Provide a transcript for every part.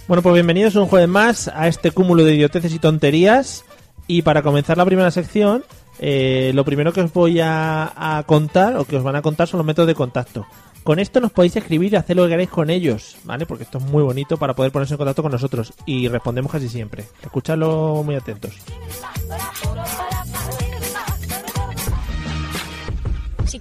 Bueno, pues bienvenidos un jueves más a este cúmulo de idioteces y tonterías. Y para comenzar la primera sección, eh, lo primero que os voy a, a contar, o que os van a contar, son los métodos de contacto. Con esto nos podéis escribir y hacer lo que queráis con ellos, ¿vale? Porque esto es muy bonito para poder ponerse en contacto con nosotros. Y respondemos casi siempre. Escuchadlo muy atentos. Si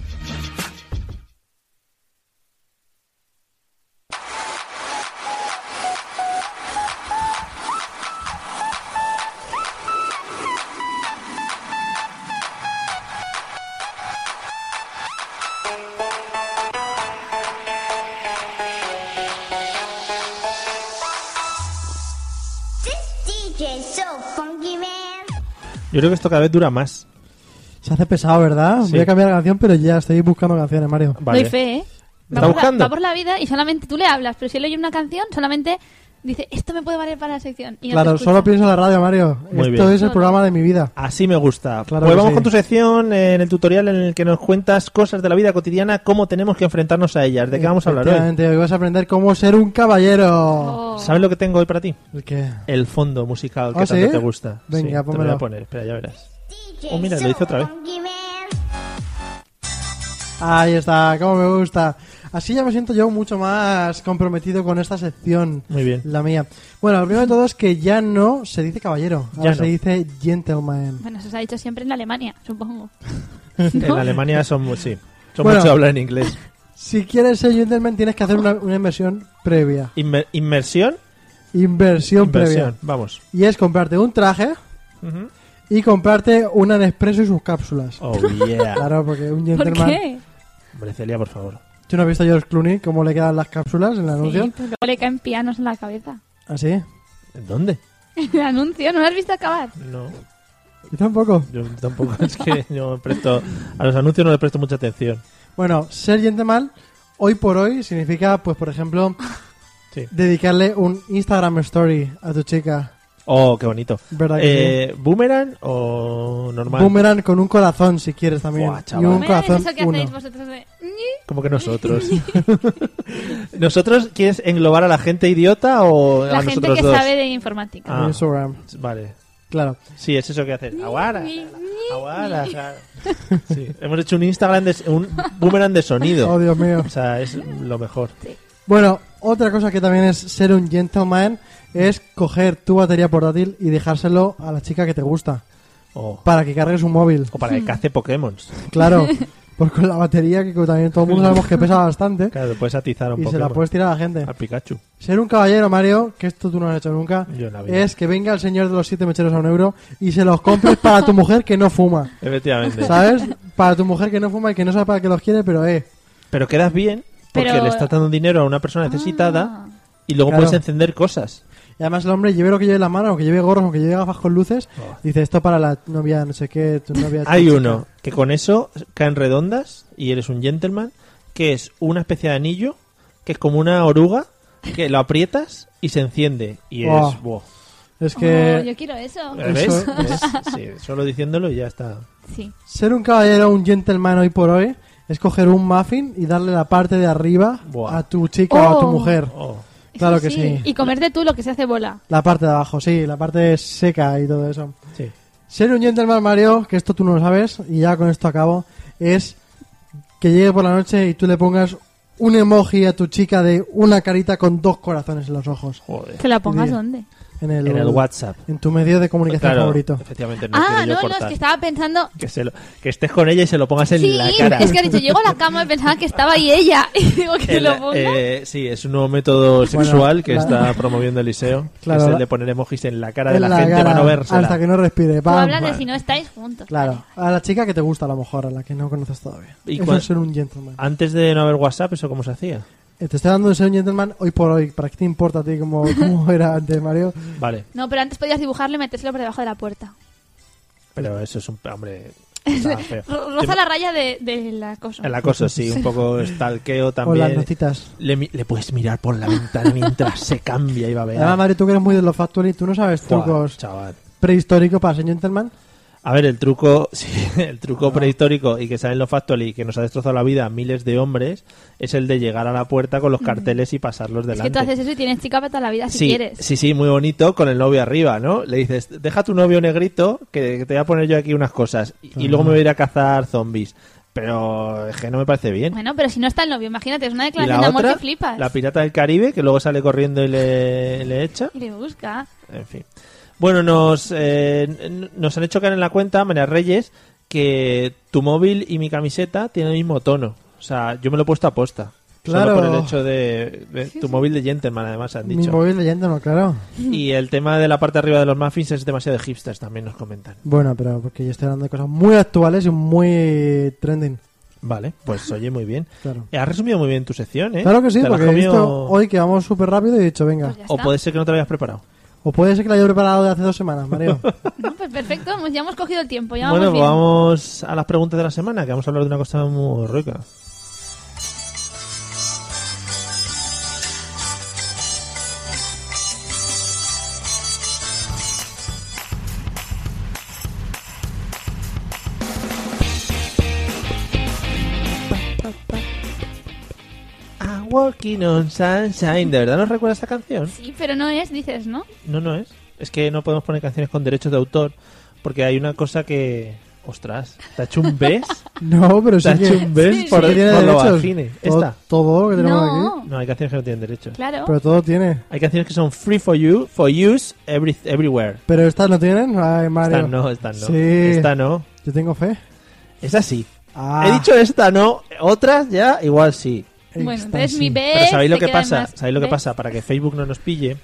This DJ's so funky, man. Yo creo que esto cada vez dura más. Se hace pesado, ¿verdad? Sí. Voy a cambiar la canción, pero ya estoy buscando canciones, Mario. Vale. Doy fe, ¿eh? ¿Está va, por buscando? La, va por la vida y solamente tú le hablas, pero si él oye una canción, solamente dice, esto me puede valer para la sección. Y no te claro, escucha. solo pienso en la radio, Mario. Muy Esto bien. es el programa de mi vida. Así me gusta. Claro pues que vamos sí. con tu sección eh, en el tutorial en el que nos cuentas cosas de la vida cotidiana, cómo tenemos que enfrentarnos a ellas. ¿De qué vamos a hablar hoy? Efectivamente, hoy vas a aprender cómo ser un caballero. Oh. ¿Sabes lo que tengo hoy para ti? ¿El qué? El fondo musical que ¿Ah, tanto sí? te gusta. Venga, sí, te lo voy a pónmelo. poner, espera, ya verás. DJ's Oh, mira, lo so hice otra vez. funky, man. Ahí está, como me gusta. Así ya me siento yo mucho más comprometido con esta sección. Muy bien. La mía. Bueno, lo primero de todo es que ya no se dice caballero, ahora Ya no. se dice gentleman. Bueno, eso se ha dicho siempre en Alemania, supongo. En ¿No? Alemania son muy, sí. Son Bueno. mucho hablar en inglés. Si quieres ser gentleman tienes que hacer una, una inversión previa. Inmer- inmersión. Inversión, Inversión. previa. Vamos. Y es comprarte un traje Ujú. y comprarte una Nespresso y sus cápsulas. Oh, yeah. Claro, porque un ¿Por gentleman... qué? Hombre, Celia, por favor. ¿Tú no has visto a George Clooney cómo le quedan las cápsulas en Sí, el anuncio? ¿Ah, pues luego le caen pianos en la cabeza. Así. ¿En dónde? El anuncio, ¿no lo has visto acabar? No, Yo tampoco. yo tampoco. es que yo presto. A los anuncios no les presto mucha atención. Bueno, ser gentleman hoy por hoy significa, pues por ejemplo, Sí. dedicarle un Instagram story a tu chica. Oh, qué bonito. ¿Verdad que Eh, ¿Boomerang o normal? Boomerang con un corazón si quieres también. Buah, y chaval. un ¿Me corazón eso que uno. hacéis vosotros de... ñi? Como que nosotros. ¿Nosotros quieres englobar a la gente idiota o La a gente nosotros que dos? sabe de informática. Ah. Instagram, Vale. claro. Sí, es eso que hacen. Aguara. ñi, Aguara. ja. Sí. Hemos hecho un Instagram, de, un boomerang de Oh, sonido. Dios mío. O sea, es lo mejor. Bueno, otra cosa que también es ser un gentleman es coger tu batería portátil y dejárselo a la chica que te gusta O, para que cargues un móvil. o para que cace Pokémon. Claro, porque con la batería que también todo el mundo sabemos que pesa bastante Claro, puedes atizar a un y se la Pokémon. puedes tirar a la gente. Al Pikachu. Ser un caballero, Mario, que esto tú no has hecho nunca, Yo en la vida. es que venga el señor de los siete mecheros a un euro y se los compres para tu mujer que no fuma. Efectivamente. ¿Sabes? Para tu mujer que no fuma y que no sabe para qué los quiere, pero eh. Pero quedas bien porque Pero- Ah. le estás dando dinero a una persona necesitada y luego Claro. puedes encender cosas. Y además el hombre lleve lo que lleve en la mano, o que lleve gorros, o que lleve gafas con luces, dice esto para la novia no sé qué, tu novia... Oh. Hay chica". uno que con eso caen redondas y eres un gentleman, que es una especie de anillo, que es como una oruga, que lo aprietas y se enciende. Y es... Buah. wow. Es Oh, que yo quiero eso. Eh. ¿Ves? Eso- ¿Ves? Sí, solo diciéndolo ya está. Sí. ser un caballero, un gentleman hoy por hoy, es coger un muffin y darle la parte de arriba Buah. a tu chica o a tu Oh. mujer. Oh. Eso Claro que sí. Y comerte tú lo que se hace bola. La parte de abajo, sí, la parte seca y todo eso. Sí. Ser un gentleman, Mario, que esto tú no lo sabes, y ya con esto acabo, es que llegue por la noche y tú le pongas un emoji a tu chica de una carita con dos corazones en los ojos. Joder. ¿Se la pongas Bien. dónde? En el, En el WhatsApp. en tu medio de comunicación Claro, favorito. efectivamente. No ah, quiero yo no, no, cortar. es que estaba pensando... que, se lo- que estés con ella y se lo pongas en sí, la cara. es que ha dicho, llego a la cama y pensaba que estaba ahí ella. Y digo que El- lo ponga. eh, sí, es un nuevo método sexual que la- está promoviendo Eliseo. que Claro, es el la- de poner emojis en la cara de En la, gente cara, para no verse. hasta que no respire. Tú pam. hablas de vale. si no estáis juntos. Claro, a la chica que te gusta a lo mejor, a la que no conoces todavía. ¿Y Eso cuál- es ser un gentleman. Antes de no haber WhatsApp, ¿eso cómo se hacía? Eh, Te estoy dando de ser un gentleman hoy por hoy. ¿Para qué te importa a ti cómo, cómo era antes, Mario? Vale, No, pero antes podías dibujarlo y metérselo por debajo de la puerta. pero eso es un... Hombre, está feo. Ro- Roza la raya de, de la cosa. El acoso, sí, un poco estalqueo O las también. nocitas. Le, mi- le puedes mirar por la ventana mientras se cambia y va a ver. Además, Mario, tú que eres muy de los factuales, tú no sabes Buah, trucos chaval. prehistóricos para ser gentleman. A ver, el truco, sí, el truco Ah. prehistórico y que sale en los Factual y que nos ha destrozado la vida a miles de hombres es el de llegar a la puerta con los carteles y pasarlos es delante. que tú haces eso y tienes chica para toda la vida si sí, quieres. sí, sí, muy bonito con el novio arriba, ¿no? Le dices, deja tu novio negrito que que te voy a poner yo aquí unas cosas y, y luego me voy a ir a cazar zombies. Pero es que no me parece bien. Bueno, pero si no está el novio, imagínate, es una y declaración la de amor otra, que flipas. la pirata del Caribe que luego sale corriendo y le, le echa. Y le busca. En fin. Bueno, nos, eh, n- nos han hecho caer en la cuenta, María Reyes, que tu móvil y mi camiseta tienen el mismo tono. O sea, yo me lo he puesto a posta. Claro. Solo por el hecho de, de tu móvil de gentleman, además, han Mi dicho. móvil leyendo, no, claro. Y el tema de la parte arriba de los muffins es demasiado de hipsters, también nos comentan. Bueno, pero porque yo estoy hablando de cosas muy actuales y muy trending. Vale, pues oye, muy bien. Claro. Eh, Has resumido muy bien tu sección, ¿eh? Claro que sí, Te la has porque he comido- visto hoy que vamos súper rápido y he dicho, venga. Pues ya O está. puede ser que no te lo hayas preparado. O puede ser que la haya preparado de hace dos semanas, Mario. No, pues perfecto, hemos- ya hemos cogido el tiempo. Ya bueno, pues vamos bien. vamos a las preguntas de la semana, que vamos a hablar de una cosa muy rica. I'm Walking on Sunshine, ¿de verdad nos recuerda esta canción? Sí, pero no es, dices, ¿no? No, no es. Es que no podemos poner canciones con derechos de autor porque hay una cosa que, Ostras, ¿te ha hecho un bes? No, pero ¿Te ha sí hecho un que... bes Sí, por, sí. tiene por lo derechos. bajine? Todo- Esta. Todo que tenemos aquí. No, No, hay canciones que no tienen derechos. claro. Pero todo tiene. Hay canciones que son free for you, for use, every, everywhere. Pero estas no tienen. Ay, Mario. Esta no, esta no. Sí. Esta no. Yo tengo fe. Es así. Ah, He dicho esta no, otras ya igual sí. bueno, esta entonces sí. mi B. Pero ¿sabéis lo que pasa? ¿Sabéis lo que pasa? Para que Facebook no nos pille,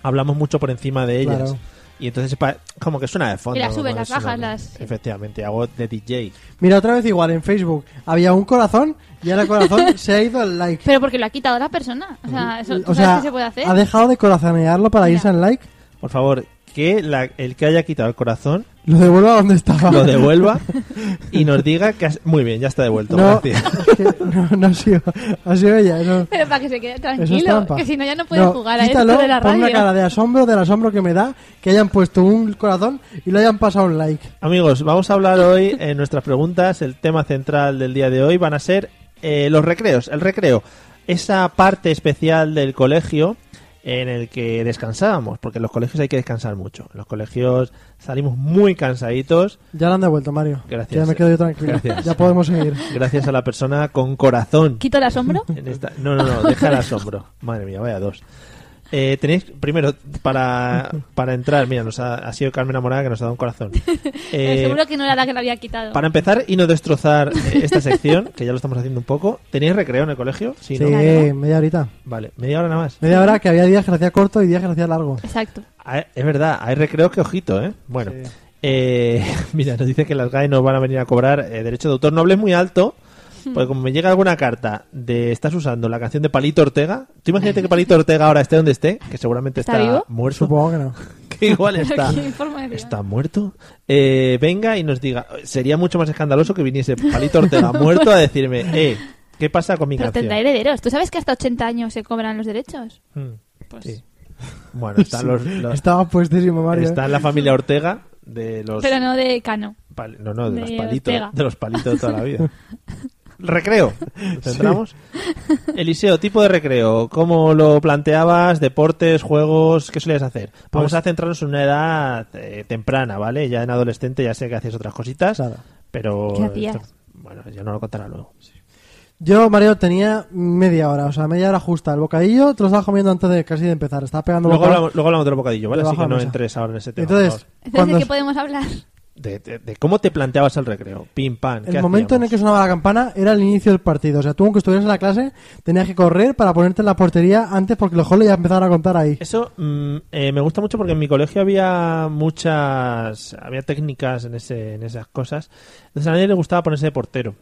hablamos mucho por encima de ellas. Claro. Y entonces pa- como que suena de fondo. Y las subes, como las que suena bajas, bien. las- Efectivamente, hago de DJ. Mira, otra vez igual en Facebook. Había un corazón y ahora el corazón se ha ido al like. Pero porque lo ha quitado la persona. O sea, Ah, eso, ¿tú o sabes sea, qué se puede hacer? ha dejado de corazonearlo para irse al like. Por favor, que la- el que haya quitado el corazón Lo devuelvo a donde estaba. lo devuelva y nos diga que... has- Muy bien, ya está devuelto. No, gracias. es que no, no ha sido. Ha sido ella. No. Pero para que se quede Eso es tranquilo. trampa. Que si no, ya no puede jugar a quítalo, esto de la pon una cara radio. de asombro, del asombro que me da que hayan puesto un corazón y lo hayan pasado un like. Amigos, vamos a hablar hoy en nuestras preguntas. El tema central del día de hoy van a ser eh, los recreos. El recreo, esa parte especial del colegio en el que descansábamos, porque en los colegios hay que descansar mucho. En los colegios salimos muy cansaditos Ya lo han devuelto, Mario. Gracias. Ya me quedo yo tranquilo. Gracias. Ya podemos seguir. gracias a la persona con corazón. ¿Quito el asombro? En esta- No, no, no, deja el asombro. Madre mía, vaya dos. Eh, tenéis, primero, para, para entrar, mira, nos ha, ha sido Carmen Amorada que nos ha dado un corazón. Eh, Seguro que no era la que lo había quitado. Para empezar y no destrozar eh, esta sección, que ya lo estamos haciendo un poco, ¿tenéis recreo en el colegio? Sí, Sí, ¿no? media horita. Vale, media hora nada más. Media hora que había días que lo hacía corto y días que lo hacía largo. Exacto. Ah, Es verdad, hay recreos que ojito, ¿eh? Bueno, eh, mira, nos dice que las GAE nos van a venir a cobrar eh, derecho de autor. No hables muy alto, porque como me llega alguna carta de estás usando la canción de Palito Ortega, tú imagínate que Palito Ortega ahora esté donde esté, que seguramente ¿Está está, vivo? muerto. Supongo que no. que igual está. ¿Qué información? ¿Está muerto? Eh, venga y nos diga, sería mucho más escandaloso que viniese Palito Ortega muerto a decirme, eh, ¿qué pasa con mi Pero canción? tendrá herederos. ¿Tú sabes que hasta 80 años se cobran los derechos? Hmm, Pues. sí. Bueno, están los, los- Estaba puestísimo, Mario. ¿eh? está la familia Ortega de los Pero no de Cano. pal- no, no, de, de los palitos, Ortega. de los palitos de toda la vida. Recreo. ¿Nos centramos? Eliseo, tipo de recreo, ¿cómo lo planteabas? Deportes, juegos, ¿qué solías hacer? Vamos Pues- a centrarnos en una edad eh, temprana, ¿vale? Ya en adolescente ya sé que hacías otras cositas. Claro. Pero. ¿Qué hacías? esto- bueno, ya no lo contará luego. Yo, Mario, tenía media hora, o sea, media hora justa. El bocadillo te lo estaba comiendo antes de casi de empezar. Estaba pegando Luego bocado. hablamos, luego hablamos del bocadillo, ¿vale? Así Debajo que de la no mesa. entres ahora en ese tema. por Entonces, favor. Entonces, cuando ¿de qué podemos hablar? de, de- de cómo te planteabas el recreo. Pim, pam. el momento en el que sonaba la campana era el inicio del partido. O sea, tú aunque estuvieras en la clase, tenías que correr para ponerte en la portería antes porque los goles ya empezaron a contar ahí. Eso mm, eh, me gusta mucho porque en mi colegio había muchas. Había técnicas en, ese, en esas cosas. Entonces a nadie le gustaba ponerse de portero.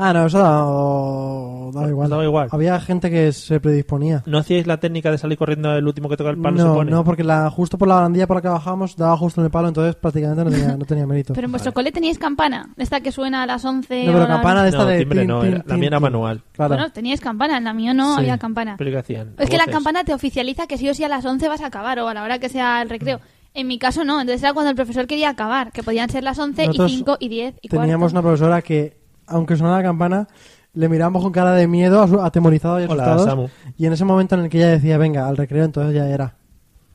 Ah, no, eso daba, daba igual. Daba igual. Había gente que se predisponía. ¿No hacíais la técnica de salir corriendo el último que toca el palo, no, supone? no, porque la, justo por la barandilla por la que bajábamos daba justo en el palo, entonces prácticamente no tenía, no tenía mérito. Pero en vuestro cole teníais campana. Esta que suena a las 11. no, o pero la- campana de esta No, de. timbre no, era- la mía era tin. manual. Claro. Bueno, teníais campana. En la mía no Sí. había campana. ¿Pero qué hacían? Es que la Voces. campana te oficializa que sí o sí a las 11 vas a acabar o a la hora que sea el Mm. recreo. En mi caso no, entonces era cuando el profesor quería acabar, que podían ser las 11 Nosotros y 5 y 10 y Teníamos una cuarto. profesora que, aunque sonaba la campana, le miramos con cara de miedo, asu- atemorizados y Hola, asustados. Samu. Y en ese momento en el que ella decía, venga, al recreo, entonces ya era.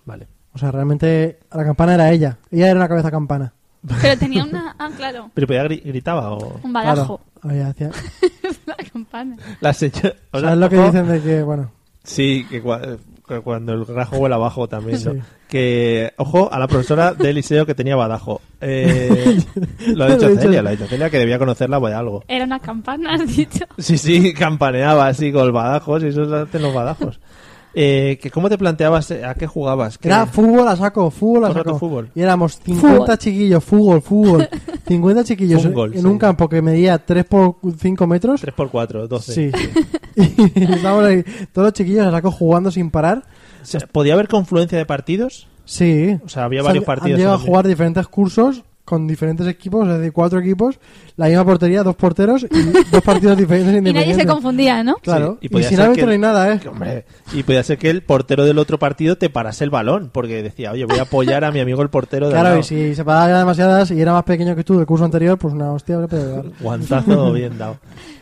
Vale. O sea, realmente la campana era ella. Ella era una cabeza campana. Pero tenía una... Ah, claro, ¿Pero podía gri- gritaba o.? un Claro. badajo. Ella hacía- la campana. La señora. ¿Sabes lo que dicen de que, bueno, Sí, que, cua- que cuando el grajo huele abajo también, ¿no? Sí. Que, ojo, a la profesora de liceo que tenía badajo. Eh, lo ha dicho Lo he dicho. Celia, lo ha dicho Celia, que debía conocerla por algo. Era una campana, has dicho. Sí, sí, campaneaba así con el badajo, y eso lo hacen los badajos. Eh, que ¿Cómo te planteabas? eh, ¿A qué jugabas? ¿Qué- era fútbol a saco, fútbol a Correcto, saco. fútbol. Y éramos 50 Fútbol. chiquillos, fútbol, fútbol. 50 chiquillos Fútbol, en sí. un campo que medía 3 por 5 metros. 3x4, 12. Sí. y estábamos ahí, todos los chiquillos a saco jugando sin parar. O sea, ¿Podía haber confluencia de partidos? Sí. O sea, había varios partidos Han llegado a también. jugar diferentes cursos con diferentes equipos, es decir, cuatro equipos, la misma portería, dos porteros y dos partidos diferentes Y nadie independientes. se confundía, ¿no? Claro. Sí, y y, podía sin ser árbitro que- ni nada, ¿eh? Que, hombre, y podía ser que el portero del otro partido te parase el balón, porque decía, oye, voy a apoyar a mi amigo el portero de al Claro, lado. y si se pagaba demasiadas y era más pequeño que tú del curso anterior, pues una hostia le podía dar. Guantazo bien dado.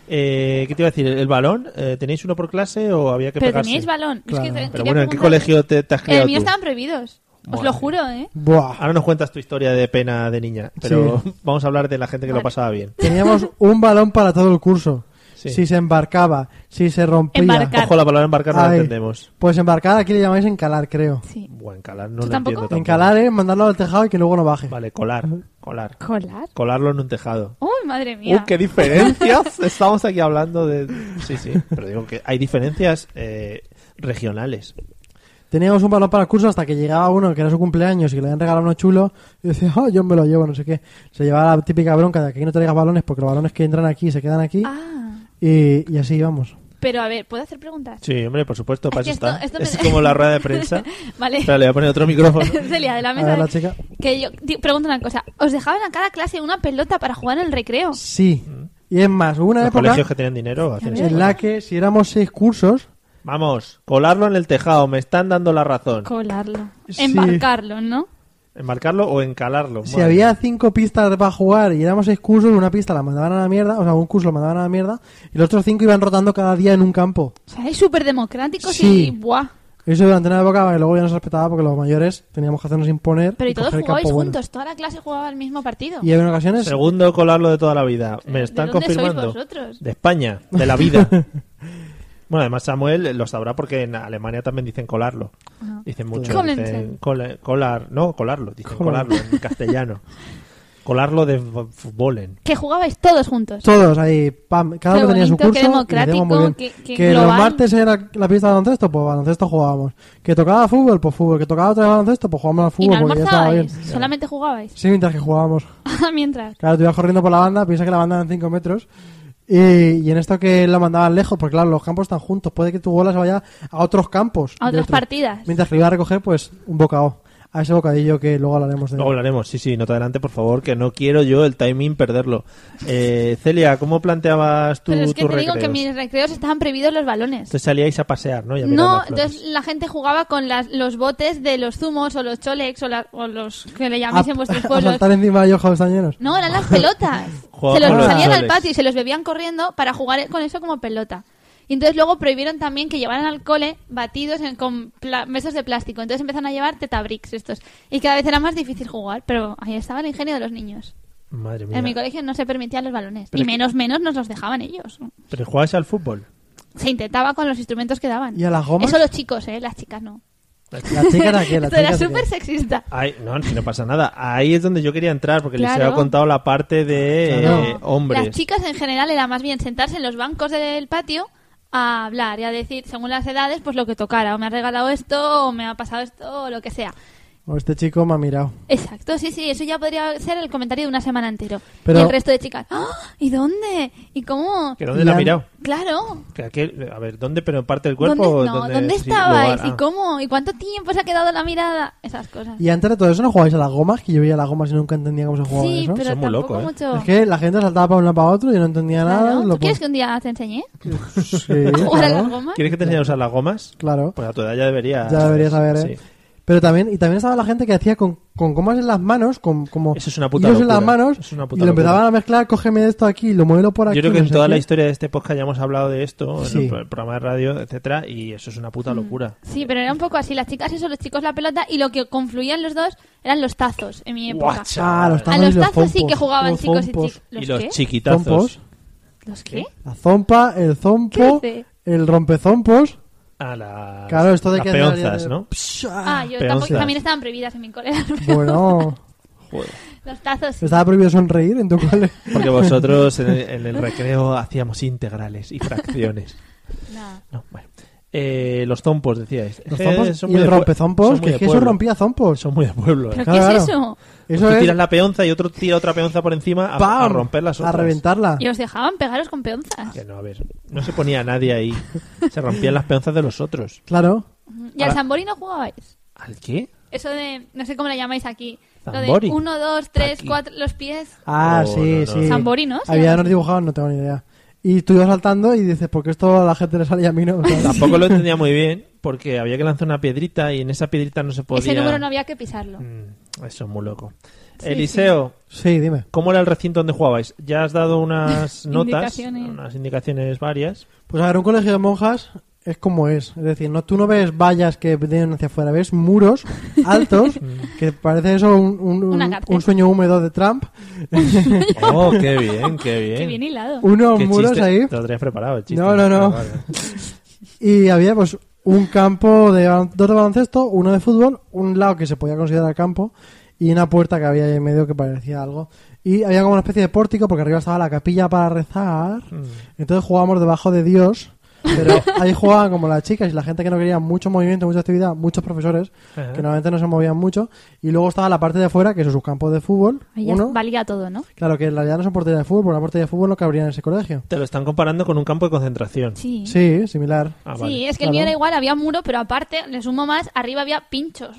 Eh, ¿Qué te iba a decir? ¿El balón? Eh, ¿Tenéis uno por clase o había que Pero pegarse? teníais balón. Es que te- Pero quería bueno, ¿en qué preguntar- colegio te, te has En criado el mío tú? estaban prohibidos. Os lo juro, ¿eh? Buah. Ahora nos cuentas tu historia de pena de niña, pero Sí. vamos a hablar de la gente que lo Vale. pasaba bien. Teníamos un balón para todo el curso. Sí. Si se embarcaba, si se rompía. Embarcar. Ojo, la palabra embarcar no la Ay. entendemos. Pues embarcar aquí le llamáis encalar, creo. Sí. Bueno, encalar no ¿Tú lo tampoco? entiendo tampoco. Encalar es mandarlo al tejado y que luego no baje. Vale, colar, colar. ¿Colar? Colarlo en un tejado. ¡Uy, madre ¡Uh, mía! qué diferencias! Estamos aquí hablando de... Sí, sí, pero digo que hay diferencias eh, regionales. Teníamos un balón para el curso hasta que llegaba uno que era su cumpleaños y le habían regalado uno chulo. Y decía, oh, yo me lo llevo, no sé qué. Se llevaba la típica bronca de que aquí no traigas balones porque los balones que entran aquí se quedan aquí. Ah, Y, y así íbamos. pero a ver, ¿puedo hacer preguntas? Sí, hombre, por supuesto, para Es eso que está. esto- esto Es me- como la rueda de prensa. Vale. Espera, le voy a poner otro micrófono. Celia, de la A mesa. ver, la de- chica. Que yo di- pregunto una cosa. ¿Os dejaban a cada clase una pelota para jugar en el recreo? Sí. Y es más, hubo una Mm. Los época colegios que tienen dinero hacen ves. eso. en la que si éramos seis cursos, Vamos, colarlo en el tejado, me están dando la razón. Colarlo. Sí. Embarcarlo, ¿no? ¿Enmarcarlo o encalarlo? si Madre. había cinco pistas para jugar y éramos seis cursos, una pista la mandaban a la mierda, o sea, un curso lo mandaban a la mierda, y los otros cinco iban rotando cada día en un campo. O sea, es súper democrático. Sí. Sí. Buah. Eso durante una época que luego ya no se respetaba porque los mayores teníamos que hacernos imponer. Pero y todos coger el jugabais campo bueno. juntos. Toda la clase jugaba el mismo partido. Y había ocasiones Segundo colarlo de toda la vida. Me ¿De están dónde sois confirmando. vosotros? De España, de la vida. bueno, además Samuel lo sabrá porque en Alemania también dicen colarlo. Ah. Dicen mucho. Colense. Dicen cole- colar, no, colarlo. Dicen Colar. colarlo en castellano. colarlo de f- futbolen. Que jugabais todos juntos. todos ahí, pam, cada Qué uno tenía su bonito, qué curso. y lo hacíamos democrático, muy bien. qué- qué que los global. martes era la pista de baloncesto, pues baloncesto jugábamos. Que tocaba fútbol, pues fútbol. Que tocaba otra vez baloncesto, pues jugábamos al y fútbol no porque ya estaba bien. almorzabais. Solamente jugabais. Ah, Sí, mientras que jugábamos. Mientras. Claro, tú ibas corriendo por la banda, piensa que la banda eran 5 metros. Y, y en esto que la mandaban lejos, porque claro, los campos están juntos. Puede que tu bola se vaya a otros campos. A de otras otro. partidas. Mientras que le iba a recoger, pues, un bocado. A ese bocadillo que luego hablaremos de Luego hablaremos, sí, sí, no te adelante, por favor, que no quiero yo el timing perderlo. Eh, Celia, ¿cómo planteabas tu, Pero es que tus te digo que recreos? en mis recreos estaban prohibidos los balones. Entonces salíais a pasear, ¿no? Y a mirar No, las flores. entonces la gente jugaba con las, los botes de los zumos o los cholex o, la- o los que le A, llaméis en vuestros a pueblos. saltar encima de ellos costañeros. No, eran las pelotas. Jugaba se con los los salían al cholex. patio y se los bebían corriendo para jugar con eso como pelota. Y entonces luego prohibieron también que llevaran al cole batidos en- con pla- mesas de plástico. Entonces empezaron a llevar tetabricks estos. Y cada vez era más difícil jugar, pero ahí estaba el ingenio de los niños. Madre mía. En mi colegio no se permitían los balones. Pero y es que- menos menos nos los dejaban ellos. ¿Pero jugabais al fútbol? Se intentaba con los instrumentos que daban. ¿Y a las gomas? Eso los chicos, ¿eh? Las chicas no. La chica era que la Esto chica era se súper quedó. sexista. Ay, no, si no pasa nada. Ahí es donde yo quería entrar, porque les Claro. había contado la parte de Claro. eh, hombres. Las chicas en general era más bien sentarse en los bancos del patio a hablar y a decir, según las edades, pues lo que tocara. O me ha regalado esto, o me ha pasado esto, o lo que sea. O este chico me ha mirado. Exacto, sí, sí, eso ya podría ser el comentario de una semana entero. Pero- Y el resto de chicas, "¡Ah! ¿y dónde? ¿Y cómo? ¿Que dónde la ha Lan- mirado? Claro. Que aquel- a ver, ¿dónde? ¿Pero en parte del cuerpo? o ¿Dónde, no, dónde, ¿dónde sí, estabais? lugar? ¿Y Ah. cómo? ¿Y cuánto tiempo se ha quedado la mirada? Esas cosas. Y antes de todo eso no jugáis a las gomas, que yo veía las gomas y nunca entendía cómo se jugaba sí, eso. pero Son muy tampoco locos, ¿eh? mucho. Es que la gente saltaba para un lado para otro y yo no entendía Claro. nada. ¿Tú lo quieres que pon- un día te enseñe? Sí, a jugar a las claro. gomas? ¿Quieres que te enseñe a usar las gomas? claro. Pues a tu edad ya debería. Ya deberías saber, ¿eh? Pero también, y también estaba la gente que hacía con, con gomas en las manos, con como Eso es una puta hilos en locura. las manos, Eso es una y puta lo empezaban locura. a mezclar, cógeme esto aquí, lo muévelo por aquí. Yo creo que no en sé toda qué. la historia de este podcast ya hemos hablado de esto, ¿eh? Sí. en el programa de radio, etcétera, y eso es una Mm. puta locura. Sí, pero era un poco así. Las chicas eso, los chicos la pelota y lo que confluían los dos eran los tazos en mi época. Guacha. Ah, los A tazos y los los tazos sí zompos. que jugaban Los chicos y zompos. chicas. y los qué? chiquitazos. Zompos. ¿Los qué? La zompa, el zompo, ¿Qué dice? el rompezompos. A las, Claro, esto de las que andar y peonzas, hacer- ¿no? Psh, Ah, yo peonzas. tampoco, también estaban prohibidas en mi cole. Bueno, pues Joder. los tazos. sí. estaba prohibido sonreír en tu cole. Porque vosotros en el, en el recreo hacíamos integrales y fracciones. Nada. No, bueno. Eh, los zompos, decíais. Los Eh, zompos son y muy el de pue- son rompezompos, muy que de es que eso pueblo. rompía zompos. Son muy de pueblo. ¿eh? ¿Pero Claro, qué es claro. eso? Eso Tú es, tiras la peonza y otro tira otra peonza por encima a, ¡pam! a romper las otras. A reventarla. Y os dejaban pegaros con peonzas. Que no, a ver. No se ponía nadie ahí. Se rompían las peonzas de los otros. Claro. Oh, ¿Y al Ahora- Zambori no jugabais? ¿Al qué? Eso de, no sé cómo la llamáis aquí. Lo Zambori. de uno, dos, tres, Aquí. cuatro, los pies. Ah, No, sí, no, no. sí. Zambori, ¿no? Se Había llama. unos dibujados, no tengo ni idea. Y tú ibas saltando y dices, ¿por qué esto a la gente le sale y a mí no? Tampoco lo entendía muy bien porque había que lanzar una piedrita y en esa piedrita no se podía. Ese número no había que pisarlo. Mm, Eso es muy loco. Eliseo, Sí, dime. ¿cómo era el recinto donde jugabais? Ya has dado unas notas, Indicaciones. unas indicaciones varias. Pues a ver, un colegio de monjas es como es. Es decir, no, tú no ves vallas que vienen hacia afuera, ves muros altos, Mm. que parece eso un, un- Una un- cárcel. un sueño húmedo de Trump. Oh, qué bien, qué bien. Qué bien hilado. Unos Qué muros chiste. ahí. Te lo tenías preparado, el chiste. No, no, no. Ah, vale. Y había pues un campo de ba- dos de baloncesto, uno de fútbol, un lado que se podía considerar campo y una puerta que había ahí en medio que parecía algo. Y había como una especie de pórtico porque arriba estaba la capilla para rezar. Mm. Entonces jugábamos debajo de Dios. Pero ahí jugaban como las chicas y la gente que no quería mucho movimiento, mucha actividad, muchos profesores Ajá. que normalmente no se movían mucho. Y luego estaba la parte de afuera, que son sus campos de fútbol. Ahí ya Uno, valía todo, ¿no? Claro, que en realidad no son porterías de fútbol, porque una portería de fútbol no cabría en ese colegio. Te lo están comparando con un campo de concentración. Sí. Sí, similar. Ah, Sí, vale. es que el mío Claro. era igual, había muro, pero aparte, le sumo más, arriba había pinchos.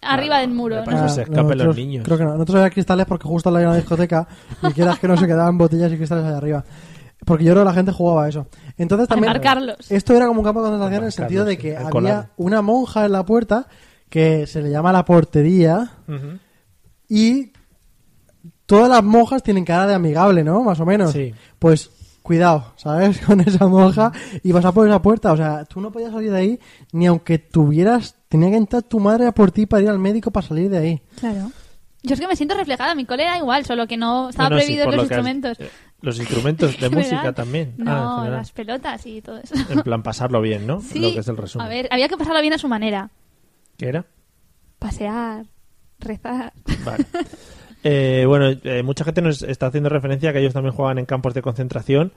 Arriba del muro, Para ¿no? que se escapen los Ah, nosotros- niños. Creo que no. Nosotros había cristales porque justo la había una discoteca y quieras que no se quedaban botellas y cristales allá arriba. Porque yo creo que la gente jugaba eso. Entonces Para también. marcarlos. Esto era como un campo de concentración en el Marcarlos, sentido de sí, que al había colado. una monja en la puerta que se le llama la portería Ujú. y todas las monjas tienen cara de amigable, ¿no? Más o menos. Sí. Pues cuidado, ¿sabes? Con esa monja y vas a por esa puerta. O sea, tú no podías salir de ahí ni aunque tuvieras... Tenía que entrar tu madre a por ti para ir al médico para salir de ahí. Claro. Yo es que me siento reflejada, mi cole era igual, solo que no estaba No, no, sí, prohibido por los lo que has- instrumentos. eh, los instrumentos de música ¿Verdad? también. Ah, en No, general. las pelotas y todo eso. En plan, pasarlo bien, ¿no? Sí, Lo que es el resumen. A ver, había que pasarlo bien a su manera. ¿Qué era? Pasear, rezar. Vale. Eh, bueno, eh, mucha gente nos está haciendo referencia a que ellos también juegan en campos de concentración,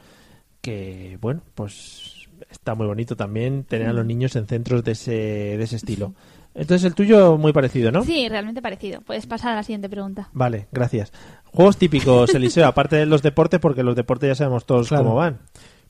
que, bueno, pues está muy bonito también tener Mm. a los niños en centros de ese, de ese estilo. Entonces, el tuyo muy parecido, ¿no? Sí, realmente parecido. Puedes pasar a la siguiente pregunta. Vale, gracias. Juegos típicos, Eliseo, aparte de los deportes, porque los deportes ya sabemos todos Claro. cómo van.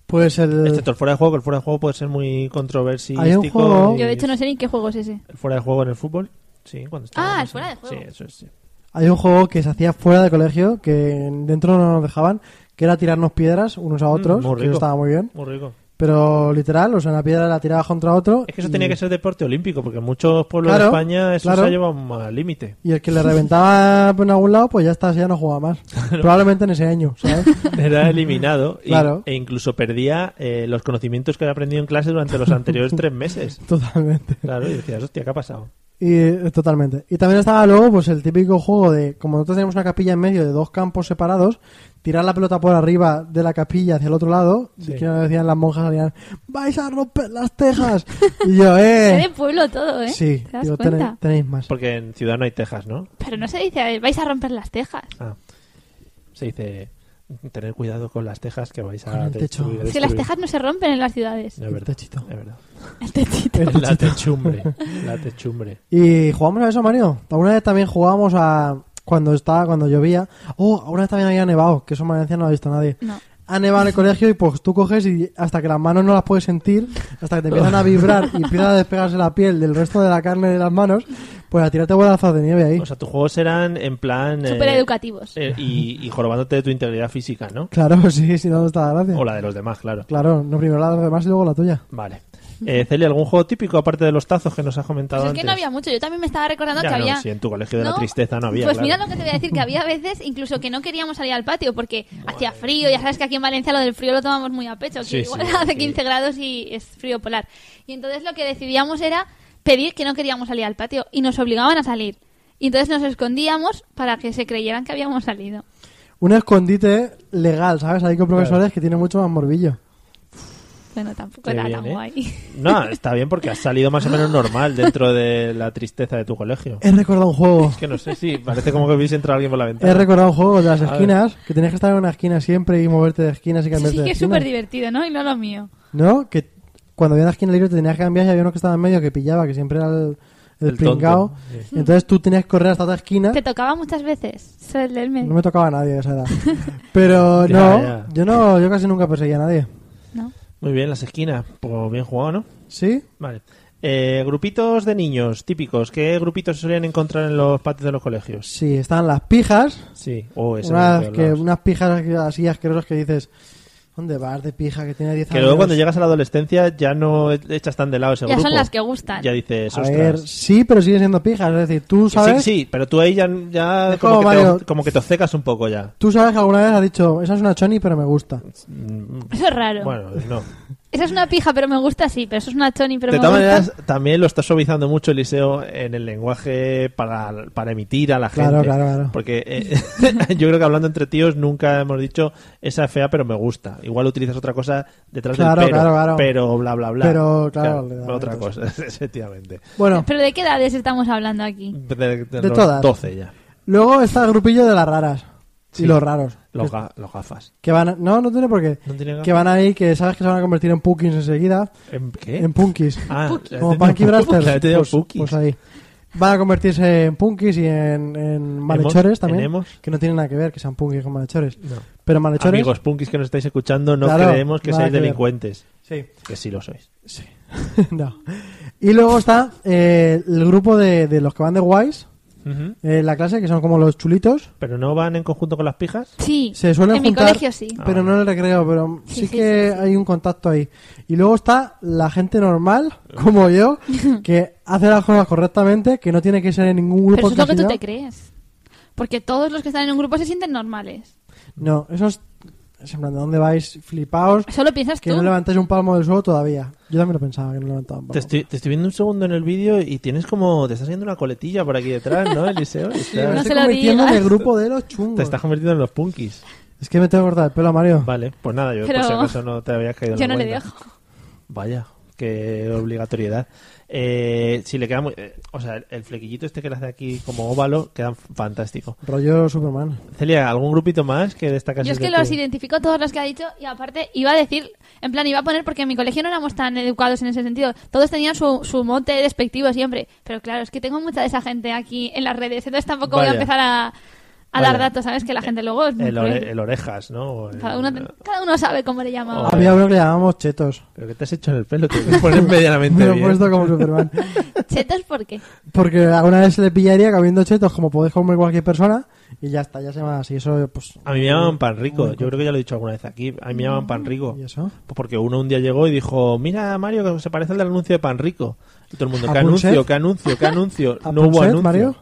Pues el... Excepto el fuera de juego, que el fuera de juego puede ser muy controversial. Hay un juego- Yo de hecho no sé ni qué juego es ese. ¿El fuera de juego en el fútbol? Sí, cuando está. Ah, no el sé. fuera de juego. Sí, eso es. sí. Hay un juego que se hacía fuera de colegio, que dentro no nos dejaban, que era tirarnos piedras unos a otros, Mm, muy que eso rico. estaba muy bien. Muy rico. Pero literal, o sea, una piedra la tirabas contra otro. Es que eso y- tenía que ser deporte olímpico, porque en muchos pueblos de Claro, España eso claro. se ha llevado al límite. Y el que le reventaba en algún lado, pues ya está, ya no jugaba más. Probablemente en ese año, ¿sabes? Era eliminado y- Claro. e incluso perdía eh, los conocimientos que había aprendido en clase durante los anteriores tres meses. Totalmente. Claro, y decías, hostia, ¿qué ha pasado? Y eh, totalmente. Y también estaba luego, pues el típico juego de, como nosotros tenemos una capilla en medio de dos campos separados, tirar la pelota por arriba de la capilla hacia el otro lado, Sí. y que nos decían las monjas, salían, vais a romper las tejas. y yo, Se eh. de pueblo todo, ¿eh? Sí, ¿Te das digo, cuenta? tenéis, tenéis más. Porque en ciudad no hay tejas, ¿no? Pero no se dice, vais a romper las tejas. Ah, se dice, tener cuidado con las tejas que vais a Con el techo. destruir, Es que las destruir". tejas no se rompen en las ciudades. No, es El verdad, techito. es verdad. El techito. La techumbre, la techumbre. Y jugamos a eso, Mario. Alguna vez también jugábamos a cuando estaba, cuando llovía. Oh, alguna vez también había nevado, que eso en Valencia no lo ha visto nadie. No. Ha nevado en el colegio y pues tú coges y hasta que las manos no las puedes sentir, hasta que te empiezan Oh. a vibrar y empieza a despegarse la piel del resto de la carne de las manos, pues a tirarte bolazos de nieve ahí. O sea, tus juegos eran en plan... eh, Súper educativos. eh, y, y jorobándote de tu integridad física, ¿no? claro, sí, sí, no está la gracia. O la de los demás, claro. Claro, no primero la de los demás y luego la tuya. Vale. Eh, Celia, ¿algún juego típico aparte de los tazos que nos has comentado Pues es antes? que no había mucho. Yo también me estaba recordando Ya, que no, había. sí, en tu colegio de la No, tristeza no había, Pues claro. mira lo que te voy a decir, que había veces incluso que no queríamos salir al patio porque hacía frío. Ya sabes que aquí en Valencia lo del frío lo tomamos muy a pecho, que Sí, igual sí, hace sí. 15 grados y es frío polar. Y entonces lo que decidíamos era pedir que no queríamos salir al patio y nos obligaban a salir. Y entonces nos escondíamos para que se creyeran que habíamos salido. Un escondite legal, ¿sabes? Ahí con profesores que tiene mucho más morbillo. Bueno, tampoco Qué era bien, tan ¿eh? guay. No, está bien porque has salido más o menos normal dentro de la tristeza de tu colegio. He recordado un juego. Es que no sé si parece como que hubiese entrado alguien por la ventana. He recordado un juego de las ver. esquinas, que tenías que estar en una esquina siempre y moverte de esquinas y Eso cambiarte sí de que es esquina. súper divertido, ¿no? Y no lo mío. ¿No? Que cuando había una esquina libre te tenías que cambiar y había uno que estaba en medio que pillaba, que siempre era el, el, El pringao. tonto, Entonces tú tenías que correr hasta otra ¿Eh? esquina. ¿Te tocaba muchas veces? Soy el del medio, No me tocaba a nadie a esa edad. Pero Ya, no, ya. yo no, yo casi nunca perseguía a nadie. ¿no? Muy bien, las esquinas. Pues bien jugado, ¿no? ¿Sí? Vale. Eh, grupitos de niños típicos. ¿Qué grupitos se solían encontrar en los patios de los colegios? Sí, estaban las pijas. Sí. Oh, ese Unas, de que, todos lados. unas pijas así asquerosas que dices, ¿dónde vas de pija que tiene 10 años? Que luego cuando llegas a la adolescencia ya no echas tan de lado ese Ya grupo. son las que gustan. Ya dices, A ostras. ver, sí, pero siguen siendo pijas. Es decir, tú Que Sí, sabes... sí, pero tú ahí ya, ya Es como, como que te, Mario. como que te obcecas un poco ya. Tú sabes que alguna vez has dicho, esa es una choni, pero me gusta. Mm, Eso es raro. Bueno, no. Esa es una pija, pero me gusta así. Pero eso es una choni, pero de me todas gusta. maneras, también lo está suavizando mucho Eliseo en el lenguaje para, para emitir a la gente. Claro, claro, claro. Porque eh, yo creo que hablando entre tíos nunca hemos dicho esa es fea, pero me gusta. Igual utilizas otra cosa detrás Claro, del pero, claro, claro. pero bla, bla, bla. Pero, claro, le da otra vueltas. cosa, efectivamente. Bueno, Pero ¿de qué edades estamos hablando aquí? De, de- de De los todas. 12 ya. luego está el grupillo de las raras. Sí. Y los raros. Los, Que- ga- los gafas. Que van a- no, no tiene por qué. ¿No tiene gafas? que van ahí, que sabes que se van a convertir en pukis enseguida. ¿En qué? En punkis. Ah, la he tenido Como Punky pu- Brasters. la he tenido pues, pukis. pues ahí. Van a convertirse en punkis y en, en malhechores también. en emos. Que no tienen nada que ver que sean punkis con malhechores. No. Pero malhechores. Amigos punkis que nos estáis escuchando, no Claro, creemos que nada seáis que ver. delincuentes. Sí. Que sí lo sois. Sí. no. Y luego está eh, el grupo de, de los que van de guays. Ujú. eh, la clase, que son como los chulitos. ¿Pero no van en conjunto con las pijas? Sí. Se suelen en juntar, mi colegio sí. Pero Ah. no en el recreo, pero sí, Sí, sí, que sí, sí. hay un contacto ahí. Y luego está la gente normal, como yo, que hace las cosas correctamente, que no tiene que ser en ningún Pero grupo. eso es lo que tú encasillado. te crees. Porque todos los que están en un grupo se sienten normales. No, eso es, es en plan, ¿de dónde vais? Flipaos. Solo piensas Que tú. no levantáis un palmo del suelo todavía. Yo también lo pensaba, que no levantaba un palmo. Te estoy, te estoy viendo un segundo en el vídeo y tienes como. Te estás haciendo una coletilla por aquí detrás, ¿no, Eliseo? Sí, me Estás- No estoy se lo convirtiendo en digas. el grupo de los chungos. Te estás convirtiendo en los punkis. Es que me tengo que cortar el pelo a Mario. Vale, pues nada, yo Pero- por si acaso no te habías caído en Yo la no le cuenta. dejo. Vaya, qué obligatoriedad. Eh, si le queda muy. eh, o sea, el flequillito este que le hace aquí como óvalo queda fantástico. Rollo Superman. Celia, ¿algún grupito más que destacas? Yo es que desde los tu- identifico todos los que ha dicho y aparte iba a decir, en plan, iba a poner porque en mi colegio no éramos tan educados en ese sentido. Todos tenían su, su mote despectivo siempre. Pero claro, es que tengo mucha de esa gente aquí en las redes, entonces tampoco voy Vaya. a empezar a, a Vaya. dar datos, ¿sabes? Que la gente luego es muy El, ore- cruel. el orejas, ¿no? O el- Cada uno, ten- cada uno sabe cómo le llama. Joder. Había uno que le llamábamos Chetos. ¿Pero qué te has hecho en el pelo? Te lo pones medianamente Me lo he bien. puesto como Superman. Oh. Chetos, ¿por qué? Porque alguna vez se le pillaría comiendo chetos como podéis comer cualquier persona y ya está, ya se llama así. Eso, pues. A mí me llamaban pan rico. Yo creo que ya lo he dicho alguna vez aquí. A mí me llamaban pan rico. ¿Y eso? Pues porque uno un día llegó y dijo, mira Mario, que se parece al del anuncio de pan rico. Y todo el mundo, ¿qué ¿Apunset? anuncio? ¿Qué anuncio? ¿Qué anuncio? ¿A No hubo Punset, anuncio. Mario?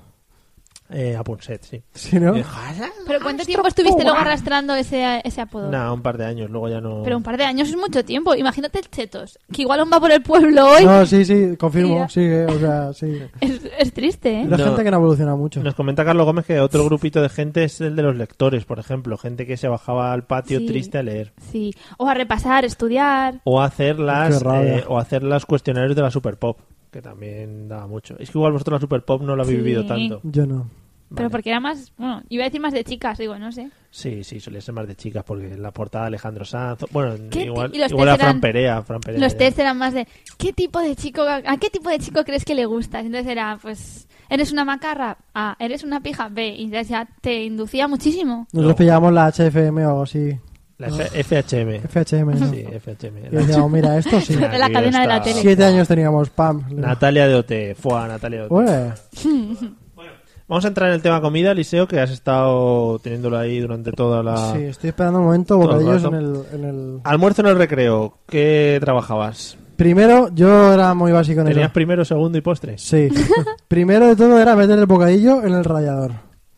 Eh, a Punset, sí. Si no. Y dijo, "Ala". ¿Pero cuánto tiempo estuviste luego arrastrando ese, ese apodo? Nah, un par de años, luego ya no... Pero un par de años es mucho tiempo. Imagínate el Chetos, que igual aún va por el pueblo hoy. No, sí, sí, confirmo. Mira. Sí, eh, o sea, sí. Es, es triste, ¿eh? La No. gente que no evoluciona mucho. Nos comenta Carlos Gómez que otro grupito de gente es el de los lectores, por ejemplo. Gente que se bajaba al patio Sí. triste a leer. Sí. O a repasar, estudiar. O hacer las, Qué rabia. eh, o hacer las cuestionarios de la Super Pop, que también daba mucho. Es que igual vosotros la Super Pop no la habéis Sí. vivido tanto. Yo no. Pero Vale. porque era más. Bueno, iba a decir más de chicas, digo, no sé. Sí, sí, solía ser más de chicas, porque en la portada Alejandro Sanz. Bueno, ¿Qué igual, ti- y los igual a test eran- Fran Perea. Fran Perea Los ya. test eran más de. ¿Qué tipo de chico. ¿A qué tipo de chico crees que le gustas? Entonces era, pues. ¿Eres una macarra? A. ¿Eres una pija? B. Y entonces ya te inducía muchísimo. Nosotros No. pillábamos la HFM o algo así. La F- FHM. FHM, ¿no? Sí, FHM. Y decíamos, mira, esto sí. De la Aquí cadena de la está. tele. Siete años teníamos, pam. Natalia de Ote. Fua, Natalia de Ote. Ué, Vamos a entrar en el tema comida, Eliseo, que has estado teniéndolo ahí durante toda la. sí, estoy esperando un momento, Ah. Todo el bocadillos en rato. el, en el. Almuerzo en el recreo. ¿Qué trabajabas? Primero, yo era muy básico en eso. ¿Tenías primero, segundo y postres? Sí. Primero de todo era meter el bocadillo en el radiador.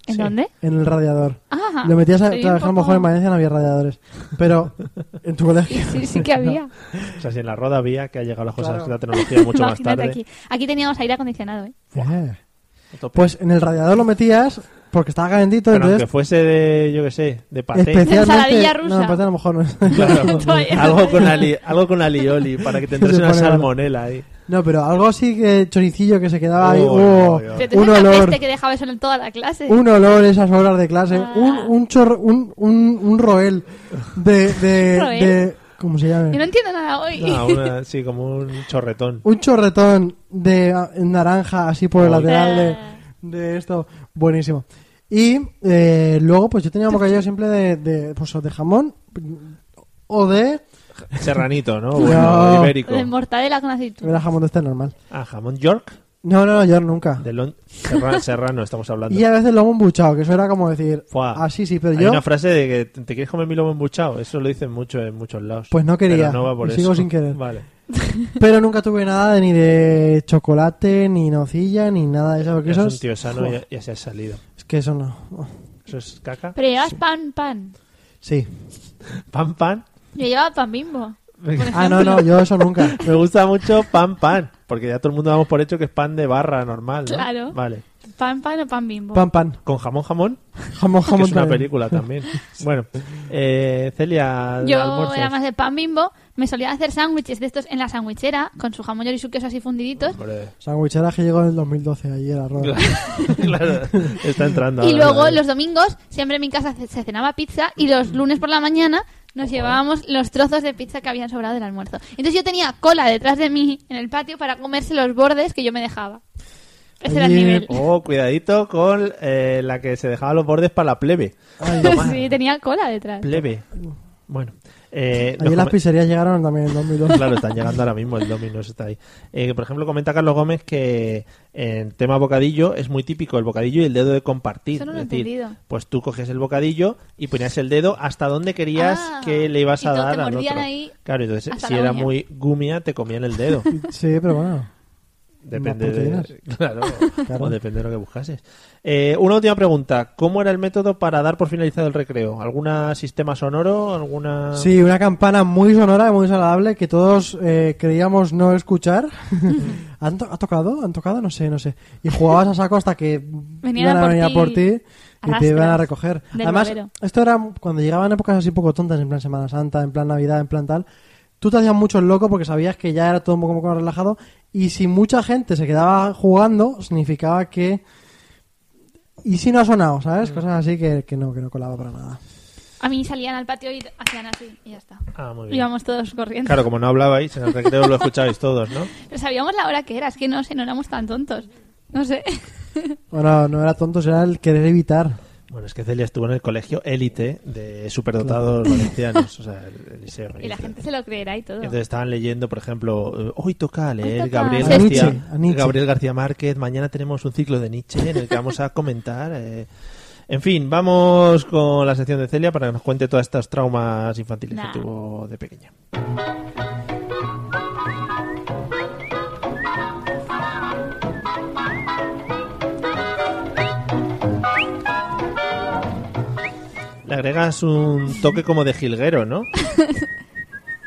¿En Sí. dónde? En el radiador. Ah, Lo metías a soy un trabajar a lo poco- mejor en Valencia no había radiadores. Pero en tu colegio. Sí, sí que había. O sea, si en la roda había que ha llegado las cosas Claro. de la tecnología mucho más Imagínate tarde. aquí. Aquí teníamos aire acondicionado, ¿eh? Eh. Otro- Pues en el radiador lo metías porque estaba calentito, Pero aunque entonces fuese de, yo qué sé, de paté. especialmente Ensaladilla no, rusa. empate a lo mejor no. es. Claro. Todavía. algo, con ali- algo con alioli para que te entrase Se una pone malo. salmonela ahí. No, pero algo así que choricillo que se quedaba ahí, Uy, oh, uy, uy. Pero tú un sabes la olor, peste que dejaba eso en toda la clase. un olor esas horas de clase, Ah. un un chorro, un un, un roel de de, ¿Roel? de- ¿cómo se llama? Yo no entiendo nada hoy. Ah, una- sí, como un chorretón. un chorretón de ah, naranja así por el Uy. lateral de, Ah. de esto. Buenísimo. Y eh, luego, pues yo tenía un bocadillo siempre de, de, pues, o de jamón o de. Serranito, ¿no? No. Bueno, ibérico. De mortadela con aceituna. Era jamón de este normal. Ah, jamón York. No, no, no, yo nunca. De Lon- Serra- serrano, estamos hablando. Y a veces lomo embuchado, que eso era como decir. Fuá. Así Ah, sí, pero Hay yo. una frase de que te te quieres comer mi lomo embuchado. Eso lo dicen mucho en muchos lados. Pues no quería, Pero no va por y eso. sigo sin querer. Vale. Pero nunca tuve nada de, ni de chocolate, ni nocilla, ni nada de eso. Porque Es eso un es- tío sano Uf, y ya se ha salido. Es que eso no. Eso es caca. Pero llevabas pan, pan. Sí. Pan, pan. Yo llevaba pan bimbo. Ah, no, no, yo eso nunca. Me gusta mucho pan pan, porque ya todo el mundo damos por hecho que es pan de barra normal, ¿no? Claro. Vale. Pan pan o pan bimbo. Pan, pan. Con jamón jamón, Jamón, que jamón. es una también. película también. Bueno, eh, Celia, Yo almuerzos. era más de pan bimbo, me solía hacer sándwiches de estos en la sandwichera, con su jamón yorisukeos así fundiditos. Hombre, Sandwichera que llegó en el 2012, ahí era roda. claro, está entrando. y ahora, luego vale. los domingos, siempre en mi casa se, se cenaba pizza y los lunes por la mañana nos eh. llevábamos los trozos de pizza que habían sobrado del almuerzo. Entonces yo tenía cola detrás de mí en el patio para comerse los bordes que yo me dejaba. Ese era el Oye, nivel. Oh, cuidadito con eh, la que se dejaba los bordes para la plebe. sí, tenía cola detrás. Plebe. Bueno. Eh, nos Allí las come- pizzerías llegaron también en el 2012. Claro, están llegando ahora mismo, el Domino's está ahí. Eh, por ejemplo, comenta Carlos Gómez que en tema bocadillo es muy típico el bocadillo y el dedo de compartir. Eso no lo es he decir, entendido. pues tú coges el bocadillo y ponías el dedo hasta donde querías Ah, que le ibas y a entonces dar te al mordían otro. ahí claro, entonces hasta si la era uña. muy gumia te comían el dedo. Sí, pero bueno. Depende Más de, proteínas. claro, Claro. o depende de lo que buscases. Eh, una última pregunta. ¿Cómo era el método para dar por finalizado el recreo? ¿Algún sistema sonoro? ¿Alguna...? Sí, una campana muy sonora y muy desagradable que todos eh, creíamos no escuchar. ¿Han to- ¿Ha tocado? ¿Han tocado? No sé, no sé. Y jugabas a saco hasta que Venían iban a por venir ti. por ti y te Arrastras iban a recoger. del Además, babero. esto era cuando llegaban épocas así poco tontas, en plan Semana Santa, en plan Navidad, en plan tal. Tú te hacías mucho el loco porque sabías que ya era todo un poco, un poco relajado. Y si mucha gente se quedaba jugando, significaba que. Y si no ha sonado, ¿sabes? Cosas así que, que no, que no colaba para nada. A mí salían al patio y hacían así y ya está. Ah, muy bien. Íbamos todos corriendo. Claro, como no hablabais, en el recreo lo escuchabais todos, ¿no? Pero sabíamos la hora que era, es que no sé, no éramos tan tontos. No sé. Bueno, no era tonto, era el querer evitar. Bueno, es que Celia estuvo en el colegio élite de superdotados valencianos, o sea, el el liceo. Y la gente se lo creerá y todo. Entonces estaban leyendo, por ejemplo, eh, hoy toca leer toca Gabriel, a García, Nietzsche, a Nietzsche. Gabriel García Márquez, mañana tenemos un ciclo de Nietzsche en el que vamos a comentar... eh. En fin, vamos con la sección de Celia para que nos cuente todas estas traumas infantiles Nah. que tuvo de pequeña. Le agregas un toque como de jilguero, ¿no?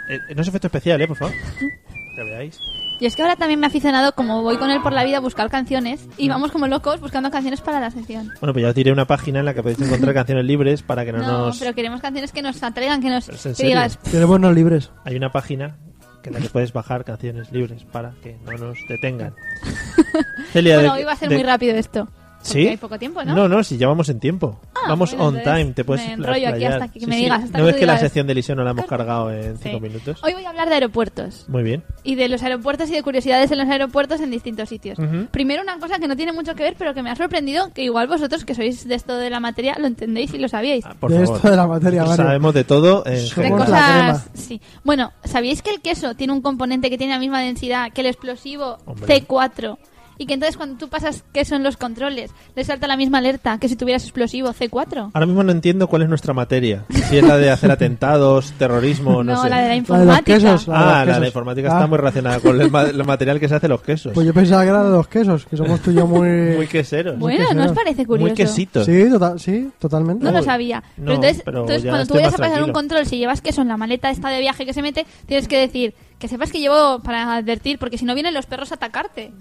Eh, no es efecto especial, ¿eh? Por favor. Que veáis. Y es que ahora también me he aficionado, como voy con él por la vida a buscar canciones, Mm. y vamos como locos buscando canciones para la sección. Bueno, pues ya os diré una página en la que podéis encontrar canciones libres para que no, No, nos... pero queremos canciones que nos atraigan, que nos ¿Pero es en que serio? digas, Queremos no libres. Hay una página que en la que puedes bajar canciones libres para que no nos detengan. Celia, bueno, de- hoy va a ser de- muy rápido esto. Porque ¿Sí? hay poco tiempo, ¿no? No, no, si ya vamos en tiempo. Ah, vamos bueno, on entonces time, te puedes me enrollo aquí explayar. hasta que me digas, hasta ¿No que ves tú que la digas- sección de Lisión no la hemos cargado en Sí. cinco minutos? Hoy voy a hablar de aeropuertos. Muy bien. Y de los aeropuertos y de curiosidades en los aeropuertos en distintos sitios. Ujú. Primero, una cosa que no tiene mucho que ver, pero que me ha sorprendido, que igual vosotros, que sois de esto de la materia, lo entendéis y lo sabíais. Ah, por de favor. esto de la materia, Nosotros Mario. Sabemos de todo. en Somos de general. Como la cosas. Sí. Bueno, ¿sabíais que el queso tiene un componente que tiene la misma densidad que el explosivo Hombre. C4? Y que entonces cuando tú pasas queso en los controles, le salta la misma alerta que si tuvieras explosivo C4. Ahora mismo no entiendo cuál es nuestra materia. Si es la de hacer atentados, terrorismo, no, sé. la de la La de los informática. quesos. de los Ah, la quesos. de informática Ah, está muy relacionada con el, ma- el material que se hace los quesos. Pues yo pensaba que era de los quesos, que somos tú y yo muy. Muy queseros. Bueno, quesero. ¿no os parece curioso? Muy quesitos. Sí, total, sí, totalmente. No lo Uy, sabía. no, pero entonces, pero entonces ya cuando tú estoy más vayas a pasar un tranquilo. control, si llevas queso en la maleta esta de viaje que se mete, tienes que decir que sepas que llevo para advertir, porque si no vienen los perros a atacarte,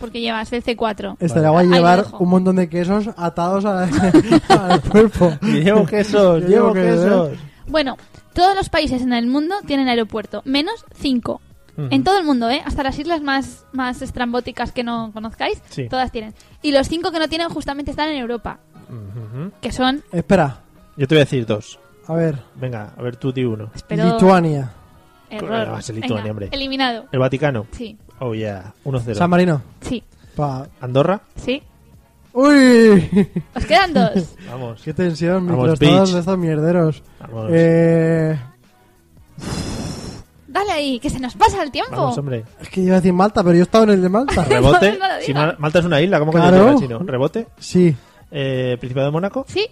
porque llevas el C4. Eh. Estaría Ahí guay lo llevar dejo. un montón de quesos atados a- al cuerpo. Llevo quesos, Yo llevo llevo quesos. ¿eh? quesos. Bueno, todos los países en el mundo tienen aeropuerto, menos cinco. En todo el mundo, ¿eh? Hasta las islas más, más estrambóticas que no conozcáis, Sí. todas tienen. Y los cinco que no tienen justamente están en Europa, Ujú. que son... Espera, Yo te voy a decir dos. a ver. Venga, a ver, tú di uno. Pero... Lituania, Error. Ah, es Lituania, Venga, hombre. Eliminado. El Vaticano. Sí, Oh, yeah. 1-0. San Marino. sí, Pa- Andorra. sí. ¡Uy! Os quedan dos. Vamos. ¡Qué tensión! Vamos, Microestados bitch. de estos mierderos. Vamos. Eh, Dale ahí, que se nos pasa el tiempo. Vamos, hombre. es que iba a decir Malta, pero yo estaba en el de Malta. Rebote. No, no lo Si digas. Ma- Malta es una isla, ¿cómo que Claro. no llega, si no? Rebote. Sí. Eh, Principado de Mónaco. Sí,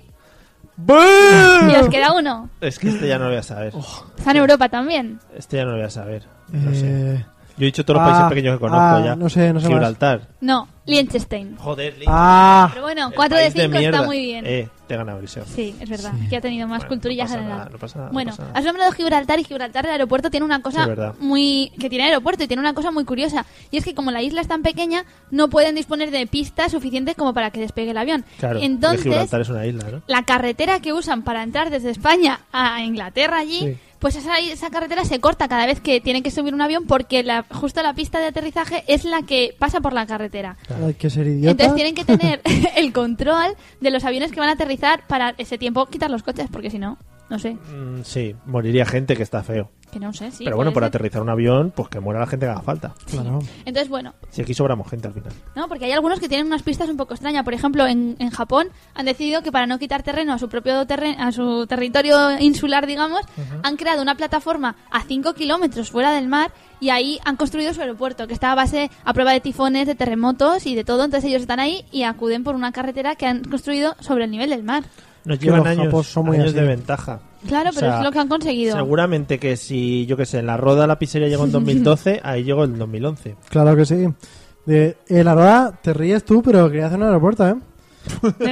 y os ¡Bum! queda uno. Oh. Es que este ya no lo voy a saber. Está en Europa también. Este ya no lo voy a saber. No sé. Eh, Yo he dicho todos los países Ah, pequeños que conozco ah, ya. no sé, no sé más. Gibraltar. No, Liechtenstein. Joder, Lin. Ah, Pero bueno, El 4 de país 5 está mierda. muy bien. Eh, te he ganado, Eliseo. Sí, es verdad, que ha tenido más Bueno, cultura y no ya pasa general. nada, no pasa nada, no bueno, pasa nada. has nombrado Gibraltar y Gibraltar, el aeropuerto tiene una cosa Es verdad. muy. que tiene aeropuerto y tiene una cosa muy curiosa. Y es que como la isla es tan pequeña, no pueden disponer de pistas suficientes como para que despegue el avión. Claro, Entonces, Gibraltar es una isla, ¿no? la carretera que usan para entrar desde España a Inglaterra allí, Sí. pues esa, esa carretera se corta cada vez que tienen que subir un avión porque la, justo la pista de aterrizaje es la que pasa por la carretera. hay que ser idiota. Entonces tienen que tener el control de los aviones que van a aterrizar para ese tiempo quitar los coches, porque si no, no sé, Mm, sí, moriría gente que está feo. que no sé. Sí, Pero bueno, por puede ser. aterrizar un avión, pues que muera la gente que haga falta. Claro. Entonces, bueno, Si aquí sobramos gente al final. No, porque hay algunos que tienen unas pistas un poco extrañas. Por ejemplo, en, en Japón han decidido que para no quitar terreno a su propio terreno, a su territorio insular, digamos, han creado una plataforma a 5 kilómetros fuera del mar y ahí han construido su aeropuerto, que está a base a prueba de tifones, de terremotos y de todo. Entonces ellos están ahí y acuden por una carretera que han construido sobre el nivel del mar. Nos que llevan los años, japos son muy años así. de ventaja. Claro, O pero sea, es lo que han conseguido. Seguramente que si, yo que sé, en la roda la pizzería llegó en 2012, ahí llegó en 2011. Claro que sí. De, eh, la verdad, te ríes tú, pero quería hacer un aeropuerto, ¿eh?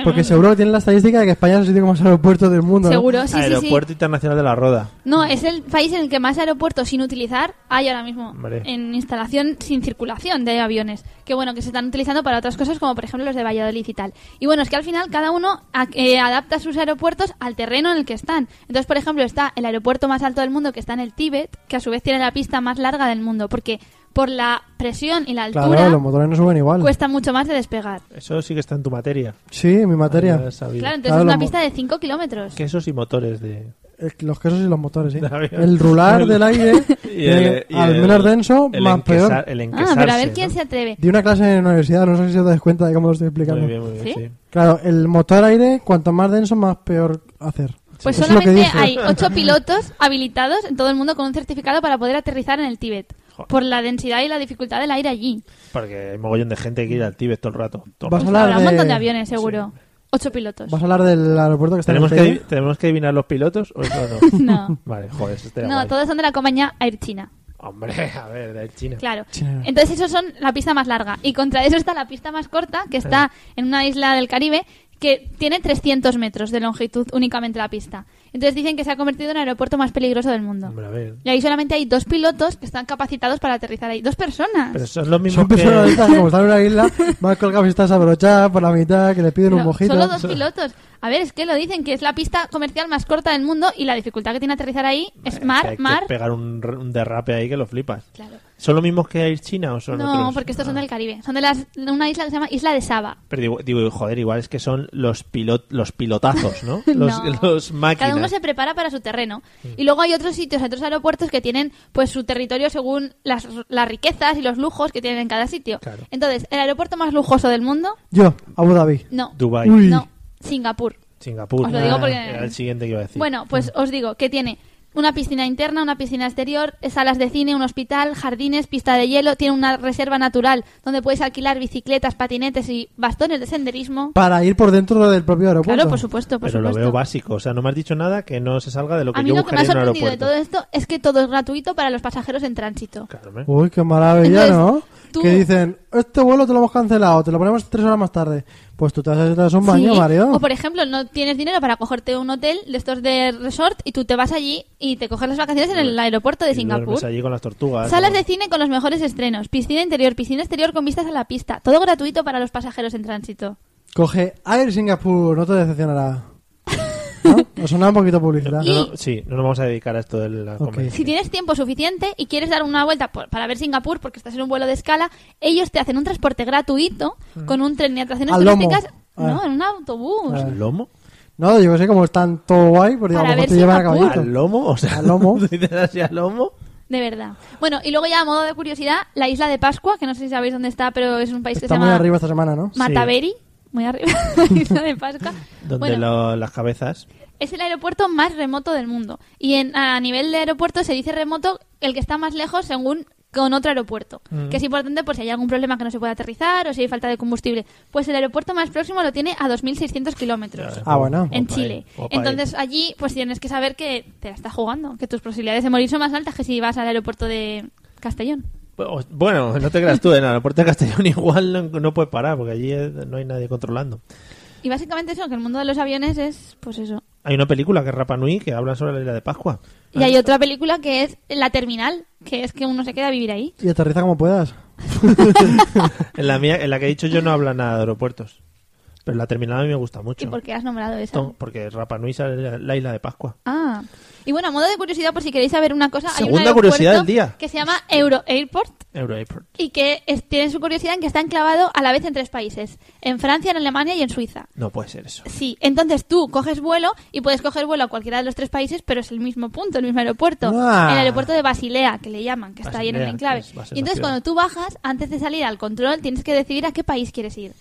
Porque seguro que tienen la estadística de que España es el sitio con más aeropuertos del mundo. ¿no? Seguro, sí, sí, sí. Aeropuerto Internacional de la Roda. No, es el país en el que más aeropuertos sin utilizar hay ahora mismo. Hombre. En instalación sin circulación de aviones. Que bueno, que se están utilizando para otras cosas como por ejemplo los de Valladolid y tal. Y bueno, es que al final cada uno a- eh, adapta sus aeropuertos al terreno en el que están. Entonces, por ejemplo, está el aeropuerto más alto del mundo que está en el Tíbet, que a su vez tiene la pista más larga del mundo. Porque por la presión y la Claro, altura los motores no suben igual. cuesta mucho más de despegar. Eso sí que está en tu materia. Sí, mi Ahí lo materia. has sabido. Claro, entonces Claro, es una los mo- pista de 5 kilómetros. Quesos y motores de... Eh, Los quesos y los motores, sí. De avión. El rular del aire, Y el- eh, y al el- menos denso, el más enquesa- peor. el Ah, pero a ver enquesarse, quién ¿no? se atreve. Di una clase en la universidad, no sé si te das cuenta de cómo lo estoy explicando. Muy bien, muy bien, ¿Sí? sí. Claro, el motor aire, cuanto más denso, más peor hacer. Pues Eso es lo que solamente dije. hay ocho pilotos habilitados en todo el mundo con un certificado para poder aterrizar en el Tíbet. Joder. Por la densidad y la dificultad del aire allí. Porque hay mogollón de gente que quiere ir al Tíbet todo el rato. Todo el Vas Pues a hablar habrá un de- montón de aviones, seguro. Ocho pilotos. Vas a hablar del aeropuerto que está ¿Tenemos en que, el Teide? ¿Tenemos que adivinar los pilotos o eso no? No. Vale, joder, eso estaría No, guay. todos son de la compañía Air China. Hombre, a ver, de China. Claro. China. Entonces, esos son la pista más larga. Y contra eso está la pista más corta, que está Eh. en una isla del Caribe, que tiene 300 metros de longitud únicamente la pista. Entonces, dicen que se ha convertido en el aeropuerto más peligroso del mundo. Hombre, a ver. Y ahí solamente hay dos pilotos que están capacitados para aterrizar ahí. Dos personas. Pero son los mismos Son que... personas de estas que como están en una isla, más colgados y estás abrochadas por la mitad, que le piden un No, mojito. Solo dos pilotos. A ver, es que lo dicen, que es la pista comercial más corta del mundo y la dificultad que tiene aterrizar ahí es Eh, que hay mar, que mar. pegar un, r- un derrape ahí que lo flipas. Claro. ¿Son los mismos que Air China o son No, otros? porque estos son Ah. del Caribe. Son de, las, de una isla que se llama Isla de Saba. Pero digo, digo, joder, igual es que son los pilot, los pilotazos, ¿no? Los, No. los máquinas. Mm. Cada uno se prepara para su terreno. Y luego hay otros sitios, otros aeropuertos que tienen pues su territorio según las, las riquezas y los lujos que tienen en cada sitio. Claro. Entonces, ¿el aeropuerto más lujoso del mundo? Yo, Abu Dhabi. No. Dubái. Uy. No. Singapur. Singapur. Os lo digo Ah, porque- Era el siguiente que iba a decir. Bueno, pues os digo que tiene una piscina interna, una piscina exterior, eh, salas de cine, un hospital, jardines, pista de hielo, tiene una reserva natural donde puedes alquilar bicicletas, patinetes y bastones de senderismo. Para ir por dentro del propio aeropuerto. Claro, por supuesto, por Ah, Pero lo supuesto. veo básico. O sea, no me has dicho nada que no se salga de lo que A mí yo lo que me ha buscaría en un sorprendido de aeropuerto. todo esto es que todo es gratuito para los pasajeros en tránsito. Carmen. Uy, qué maravilla, Entonces, ¿no? tú- Que dicen, este vuelo te lo hemos cancelado, te lo ponemos tres horas más tarde. Pues tú te vas a ir a un baño, Sí. Mario. O por ejemplo, no tienes dinero para cogerte un hotel de estos de resort y tú te vas allí y te coges las vacaciones en el aeropuerto de Y duermes Singapur. allí con las Ah, tortugas. Salas o- de cine con los mejores estrenos, piscina interior, piscina exterior con vistas a la pista, todo gratuito para los pasajeros en tránsito. Coge Air Singapur, no te decepcionará. ¿No? Os suena un poquito publicidad. Y- No, no, sí, no nos vamos a dedicar a esto de la Ok. Si convención. tienes tiempo suficiente y quieres dar una vuelta por- para ver Singapur, porque estás en un vuelo de escala, ellos te hacen un transporte gratuito con un tren y atracciones Mm. Al lomo. turísticas. Ah. No, en un autobús. Ah. ¿Al lomo? No, yo que sé, como están todo guay, pero Para digamos, ver te llevan a Singapur. caballito. ¿Al lomo? O sea, Al lomo. ¿tú dices así al lomo? De verdad. Bueno, y luego ya a modo de curiosidad, la isla de Pascua, que no sé si sabéis dónde está, pero es un país que Este Está se muy llama arriba esta semana, ¿no? Mataveri. Muy arriba, la isla de Pascua. Donde Bueno, lo- las cabezas. Es el aeropuerto más remoto del mundo. Y en, a nivel de aeropuerto se dice remoto el que está más lejos según con otro aeropuerto. Que es importante por si hay algún problema que no se pueda aterrizar o si hay falta de combustible. Pues el aeropuerto más próximo lo tiene a 2.600 eh. kilómetros. Ah, bueno. En Opa, Chile. eh. Opa, eh. Entonces allí pues tienes que saber que te la estás jugando, que tus posibilidades de morir son más altas que si vas al aeropuerto de Castellón. O- Pues, Bueno, no te creas tú, en el aeropuerto de Castellón igual no, no puedes parar porque allí eh, no hay nadie controlando. Y básicamente eso, que el mundo de los aviones es, pues eso. Hay una película que es Rapa Nui que habla sobre la isla de Pascua. Y hay otra película que es La Terminal, que es que uno se queda a vivir ahí. Y aterriza como puedas. En la, mía, en la que he dicho yo no habla nada de aeropuertos. Pero la terminal a mí me gusta ¿Y mucho. por qué has nombrado esa? Tom- Porque Rapa Nui sale la, la isla de Pascua. Ah. Y bueno, a modo de curiosidad, por si queréis saber una cosa, hay un Segunda aeropuerto curiosidad del día. que se llama Euro Airport Euro Airport. y que es- tiene su curiosidad en que está enclavado a la vez en tres países, en Francia, en Alemania y en Suiza. No puede ser eso. Sí, entonces tú coges vuelo y puedes coger vuelo a cualquiera de los tres países, pero es el mismo punto, el mismo aeropuerto. Ah. El aeropuerto de Basilea, que le llaman, que está ahí en el Basilea, enclave. que es- va a ser Y una entonces ciudad. cuando tú bajas, antes de salir al control, tienes que decidir a qué país quieres ir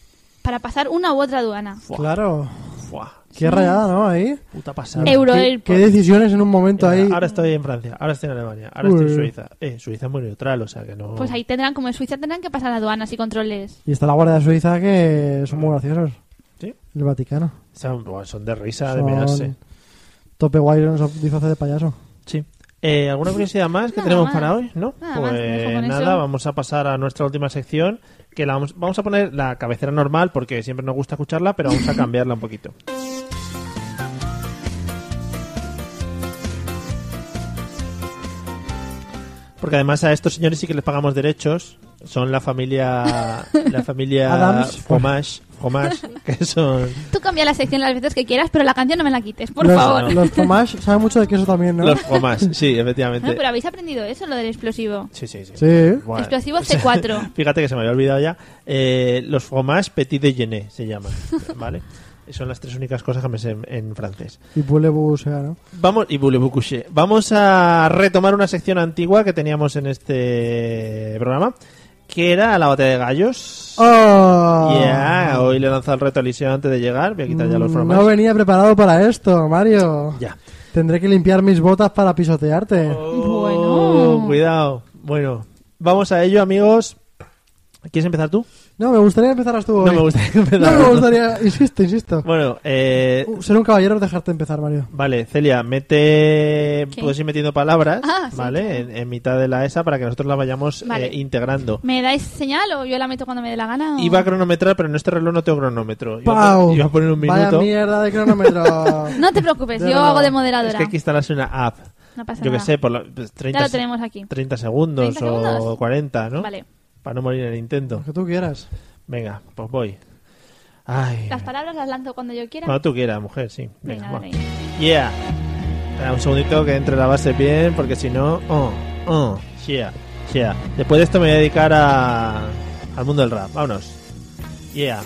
para pasar una u otra aduana. Fuah, Claro. fuah, Qué rayada, ¿no? Ahí. puta pasada. Euro ¿Qué- Airport. ¿Qué, decisiones en un momento ahí. Ahora estoy en Francia, ahora estoy en Alemania, ahora estoy en Uy. Suiza. Eh, Suiza es muy neutral, o sea que no. Pues ahí tendrán, como en Suiza, tendrán que pasar aduanas y controles. Y está la Guardia Suiza que son muy graciosos. Sí. El Vaticano. Son, buah, son de risa, de Son mearse. Tope guay en esos disfraces de payaso. Sí. Eh, ¿Alguna curiosidad más que Nada tenemos más. para hoy? ¿No? Nada más, te dejo pues con nada, eso. vamos a pasar a nuestra última sección. Que la vamos, vamos a poner la cabecera normal porque siempre nos gusta escucharla, pero vamos a cambiarla un poquito. Porque además a estos señores sí que les pagamos derechos. Son la familia. La familia. Adams. Fromage. Fromage, Que son. Tú cambia la sección las veces que quieras, pero la canción no me la quites, por los, favor. no. Los Tomás saben mucho de queso también, ¿no? Los Fromage. Sí, No, efectivamente. pero habéis aprendido eso, lo del explosivo. Sí, sí, sí. Sí. Buah. Explosivo C4. Fíjate que se me había olvidado ya. Eh, los fromage petit de Gené se llaman. ¿Vale? Son las tres únicas cosas que me sé en, en francés. Y Pulebu, o sea, ¿no? Vamos, y voulez-vous coucher? Vamos a retomar una sección antigua que teníamos en este programa, que era la batalla de gallos. ¡Oh! Yeah, hoy le he lanzado el reto a Eliseo antes de llegar. Voy a quitar ya los Mm, fromage. No venía preparado para esto, Mario. Ya. Oh. Tendré que limpiar mis botas para pisotearte. Bueno. Cuidado. Bueno, vamos a ello, amigos. ¿Quieres empezar tú? No, me gustaría que empezaras tú. No hoy. me gustaría empezar. No me gustaría, insisto, insisto. Bueno, eh, Uh, Ser un caballero es dejarte empezar, Mario. Vale, Celia, mete. ¿Qué? Puedes ir metiendo palabras, Ah, sí, ¿vale? En, en mitad de la ESA para que nosotros las vayamos Vale. Ah. eh, integrando. ¿Me dais señal o yo la meto cuando me dé la gana? o- Iba a cronometrar, pero en este reloj no tengo cronómetro. Iba, a, ¡Pau! pon- iba a poner un Vaya minuto. mierda de cronómetro. No te preocupes, No, yo no, no. hago de Es moderadora. que aquí instalas una app. No pasa Yo que nada. sé, por la- pues, 30, ya lo se- tenemos aquí. 30 segundos 30 segundos. o 40, ¿no? Vale. Para no morir en el intento. Lo que tú quieras. Venga, pues voy. Ay. Las palabras las lanzo cuando yo quiera. Cuando tú quieras, mujer, sí. Venga, Venga, va. dale. Yeah. Espera un segundito que entre la base bien, porque si no. Oh, oh, yeah, yeah. Después de esto me voy a dedicar a, al mundo del rap. Vámonos. Yeah.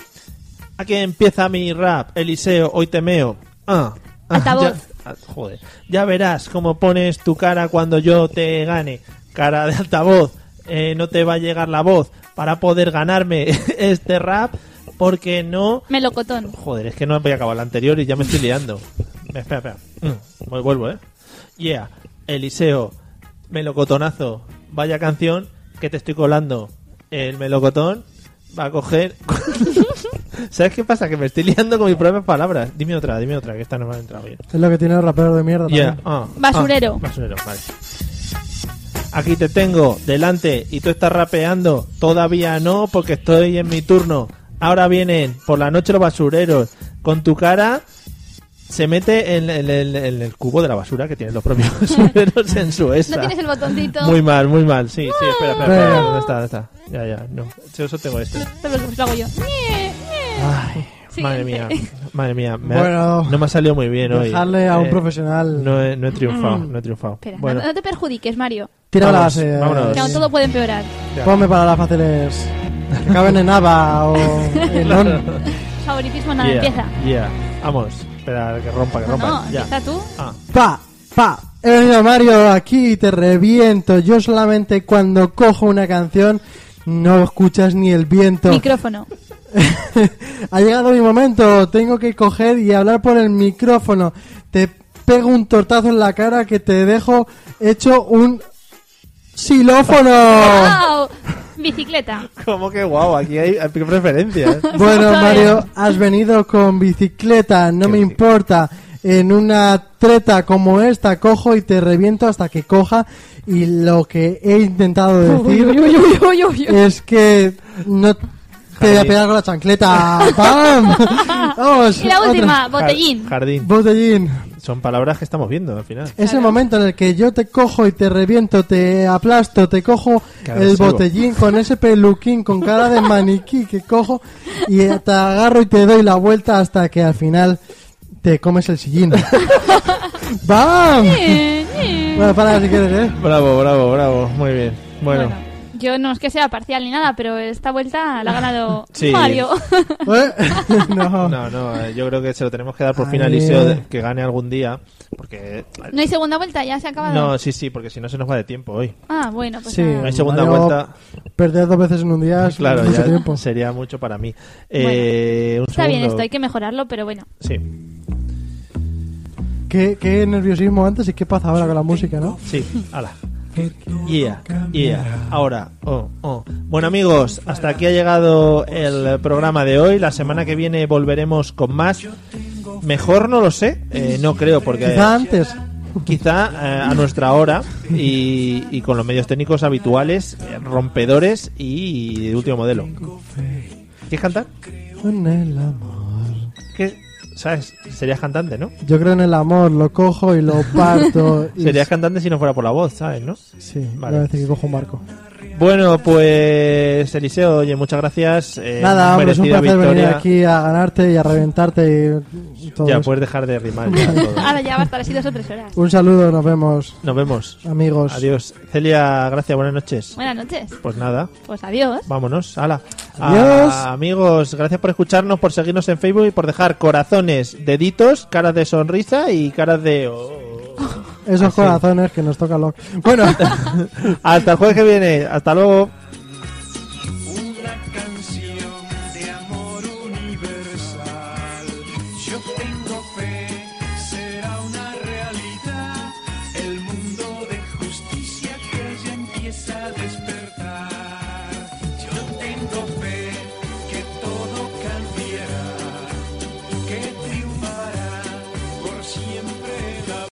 Aquí empieza mi rap, Eliseo, hoy temeo. Ah, ah, Altavoz. ya- ah, joder. Ya verás cómo pones tu cara cuando yo te gane. Cara de altavoz. Eh, no te va a llegar la voz para poder ganarme este rap, porque no. Melocotón. Joder, es que no voy a acabar la anterior y ya me estoy liando. Espera, espera. Mm, voy- Vuelvo, ¿eh? Yeah. Eliseo, melocotonazo. Vaya canción que te estoy colando. El melocotón va a coger... ¿Sabes qué pasa? Que me estoy liando con mis propias palabras. Dime otra, dime otra, que esta no me ha entrado bien. Es lo que tienen los raperos de mierda. Yeah, también. ah, Basurero. ah, basurero, vale. Aquí te tengo delante y tú estás rapeando. Todavía no, porque estoy en mi turno. Ahora vienen por la noche los basureros. Con tu cara se mete en, en- en- en el cubo de la basura que tienen los propios basureros en su esa. No tienes el botoncito. Muy mal, muy mal. Sí, sí, espera, espera, espera. Venga. ¿Dónde está? ¿Dónde está? Ya, ya, no. Yo solo tengo este. Te preocupes, lo hago yo. Ñe, ñe. Ay, madre mía, Siguiente. madre mía. me ha- Bueno. no me ha salido muy bien hoy. Dejarle a un Eh, profesional. no he, no he triunfado, no he triunfado. Mm. Espera, bueno, Pues no, no te perjudiques, Mario. Tira la Vamos, base. vámonos. Que aún eh, todo puede empeorar. ya. Ponme para las fáciles. Que acaben en Ava o en Claro. On. Favoritismo, nada, Yeah, Ah, empieza. yeah. Vamos, espera que rompa, que No, rompa. no, ya. empieza tú. Ah, Pa, pa. He venido Mario aquí y te reviento. Yo solamente cuando cojo una canción no escuchas ni el viento. Micrófono. ha llegado mi momento. Tengo que coger y hablar por el micrófono. Te pego un tortazo en la cara que te dejo hecho un xilófono. ¡Guau! Bicicleta. como que guau, aquí hay, hay preferencias. Vamos Bueno, a ver. Mario, has venido con bicicleta, no me importa. en una treta como esta cojo y te reviento hasta que coja. Y lo que he intentado decir Uy, uy, uy, uy, uy, uy. es que no te voy a Jardín. pegar con la chancleta. ¡Pam! Vamos. Y la otra. última, Jar- botellín. Jardín. Botellín. Son palabras que estamos viendo al final. Es el momento en el que yo te cojo y te reviento, te aplasto, te cojo Qué el agresivo. botellín con ese peluquín con cara de maniquí que cojo y te agarro y te doy la vuelta hasta que al final te comes el sillín. ¡Bam! Eh, Bueno, para si quieres, ¿eh? Bravo, bravo, bravo. Muy bien. Bueno. Bueno, yo no es que sea parcial ni nada, pero esta vuelta la ha ganado Sí. Mario. ¿Eh? No. No, no, eh, yo creo que se lo tenemos que dar por Ay, final, Iseo, eh. de- que gane algún día. Porque. No hay segunda vuelta, ya se ha acabado. No, sí, sí, porque si no se nos va de tiempo hoy. Ah, bueno, pues Sí. nada. Hay segunda Mario, vuelta. Perder dos veces en un día es Claro, mucho ya tiempo. sería mucho para mí. Eh, un Está bien segundo. esto, hay que mejorarlo, pero bueno. Sí, Qué, qué nerviosismo antes y qué pasa ahora con la música, ¿no? sí, ala. Yeah, yeah. Ahora, oh, oh. Bueno, amigos, hasta aquí ha llegado el programa de hoy. La semana que viene volveremos con más. Mejor no lo sé, eh, no creo, porque. Quizá antes. quizá eh, a nuestra hora y, y con los medios técnicos habituales, eh, rompedores y de último modelo. ¿Quieres cantar? Con el amor. ¿Qué? ¿Sabes? Serías cantante, ¿no? Yo creo en el amor, lo cojo y lo parto. y- Serías cantante si no fuera por la voz, ¿sabes? ¿No? Sí, Vale. vale. parece que cojo un barco. Bueno, pues Eliseo, oye, muchas gracias. eh, Nada, hombre, es un merecida placer venir victoria. aquí a ganarte y a reventarte y todo Ya pues. eso. puedes dejar de rimar. ya, todo. Ahora ya va a estar así dos o tres horas. Un saludo, nos vemos, Nos vemos. amigos. Adiós. Celia, gracias, buenas noches. Buenas noches. Pues nada. Pues adiós. Vámonos, ala. Adiós. Ah, amigos, gracias por escucharnos, por seguirnos en Facebook y por dejar corazones, deditos, caras de sonrisa y caras de... oh. Esos corazones que nos toca Locke. Bueno. Hasta el jueves que viene. Hasta luego.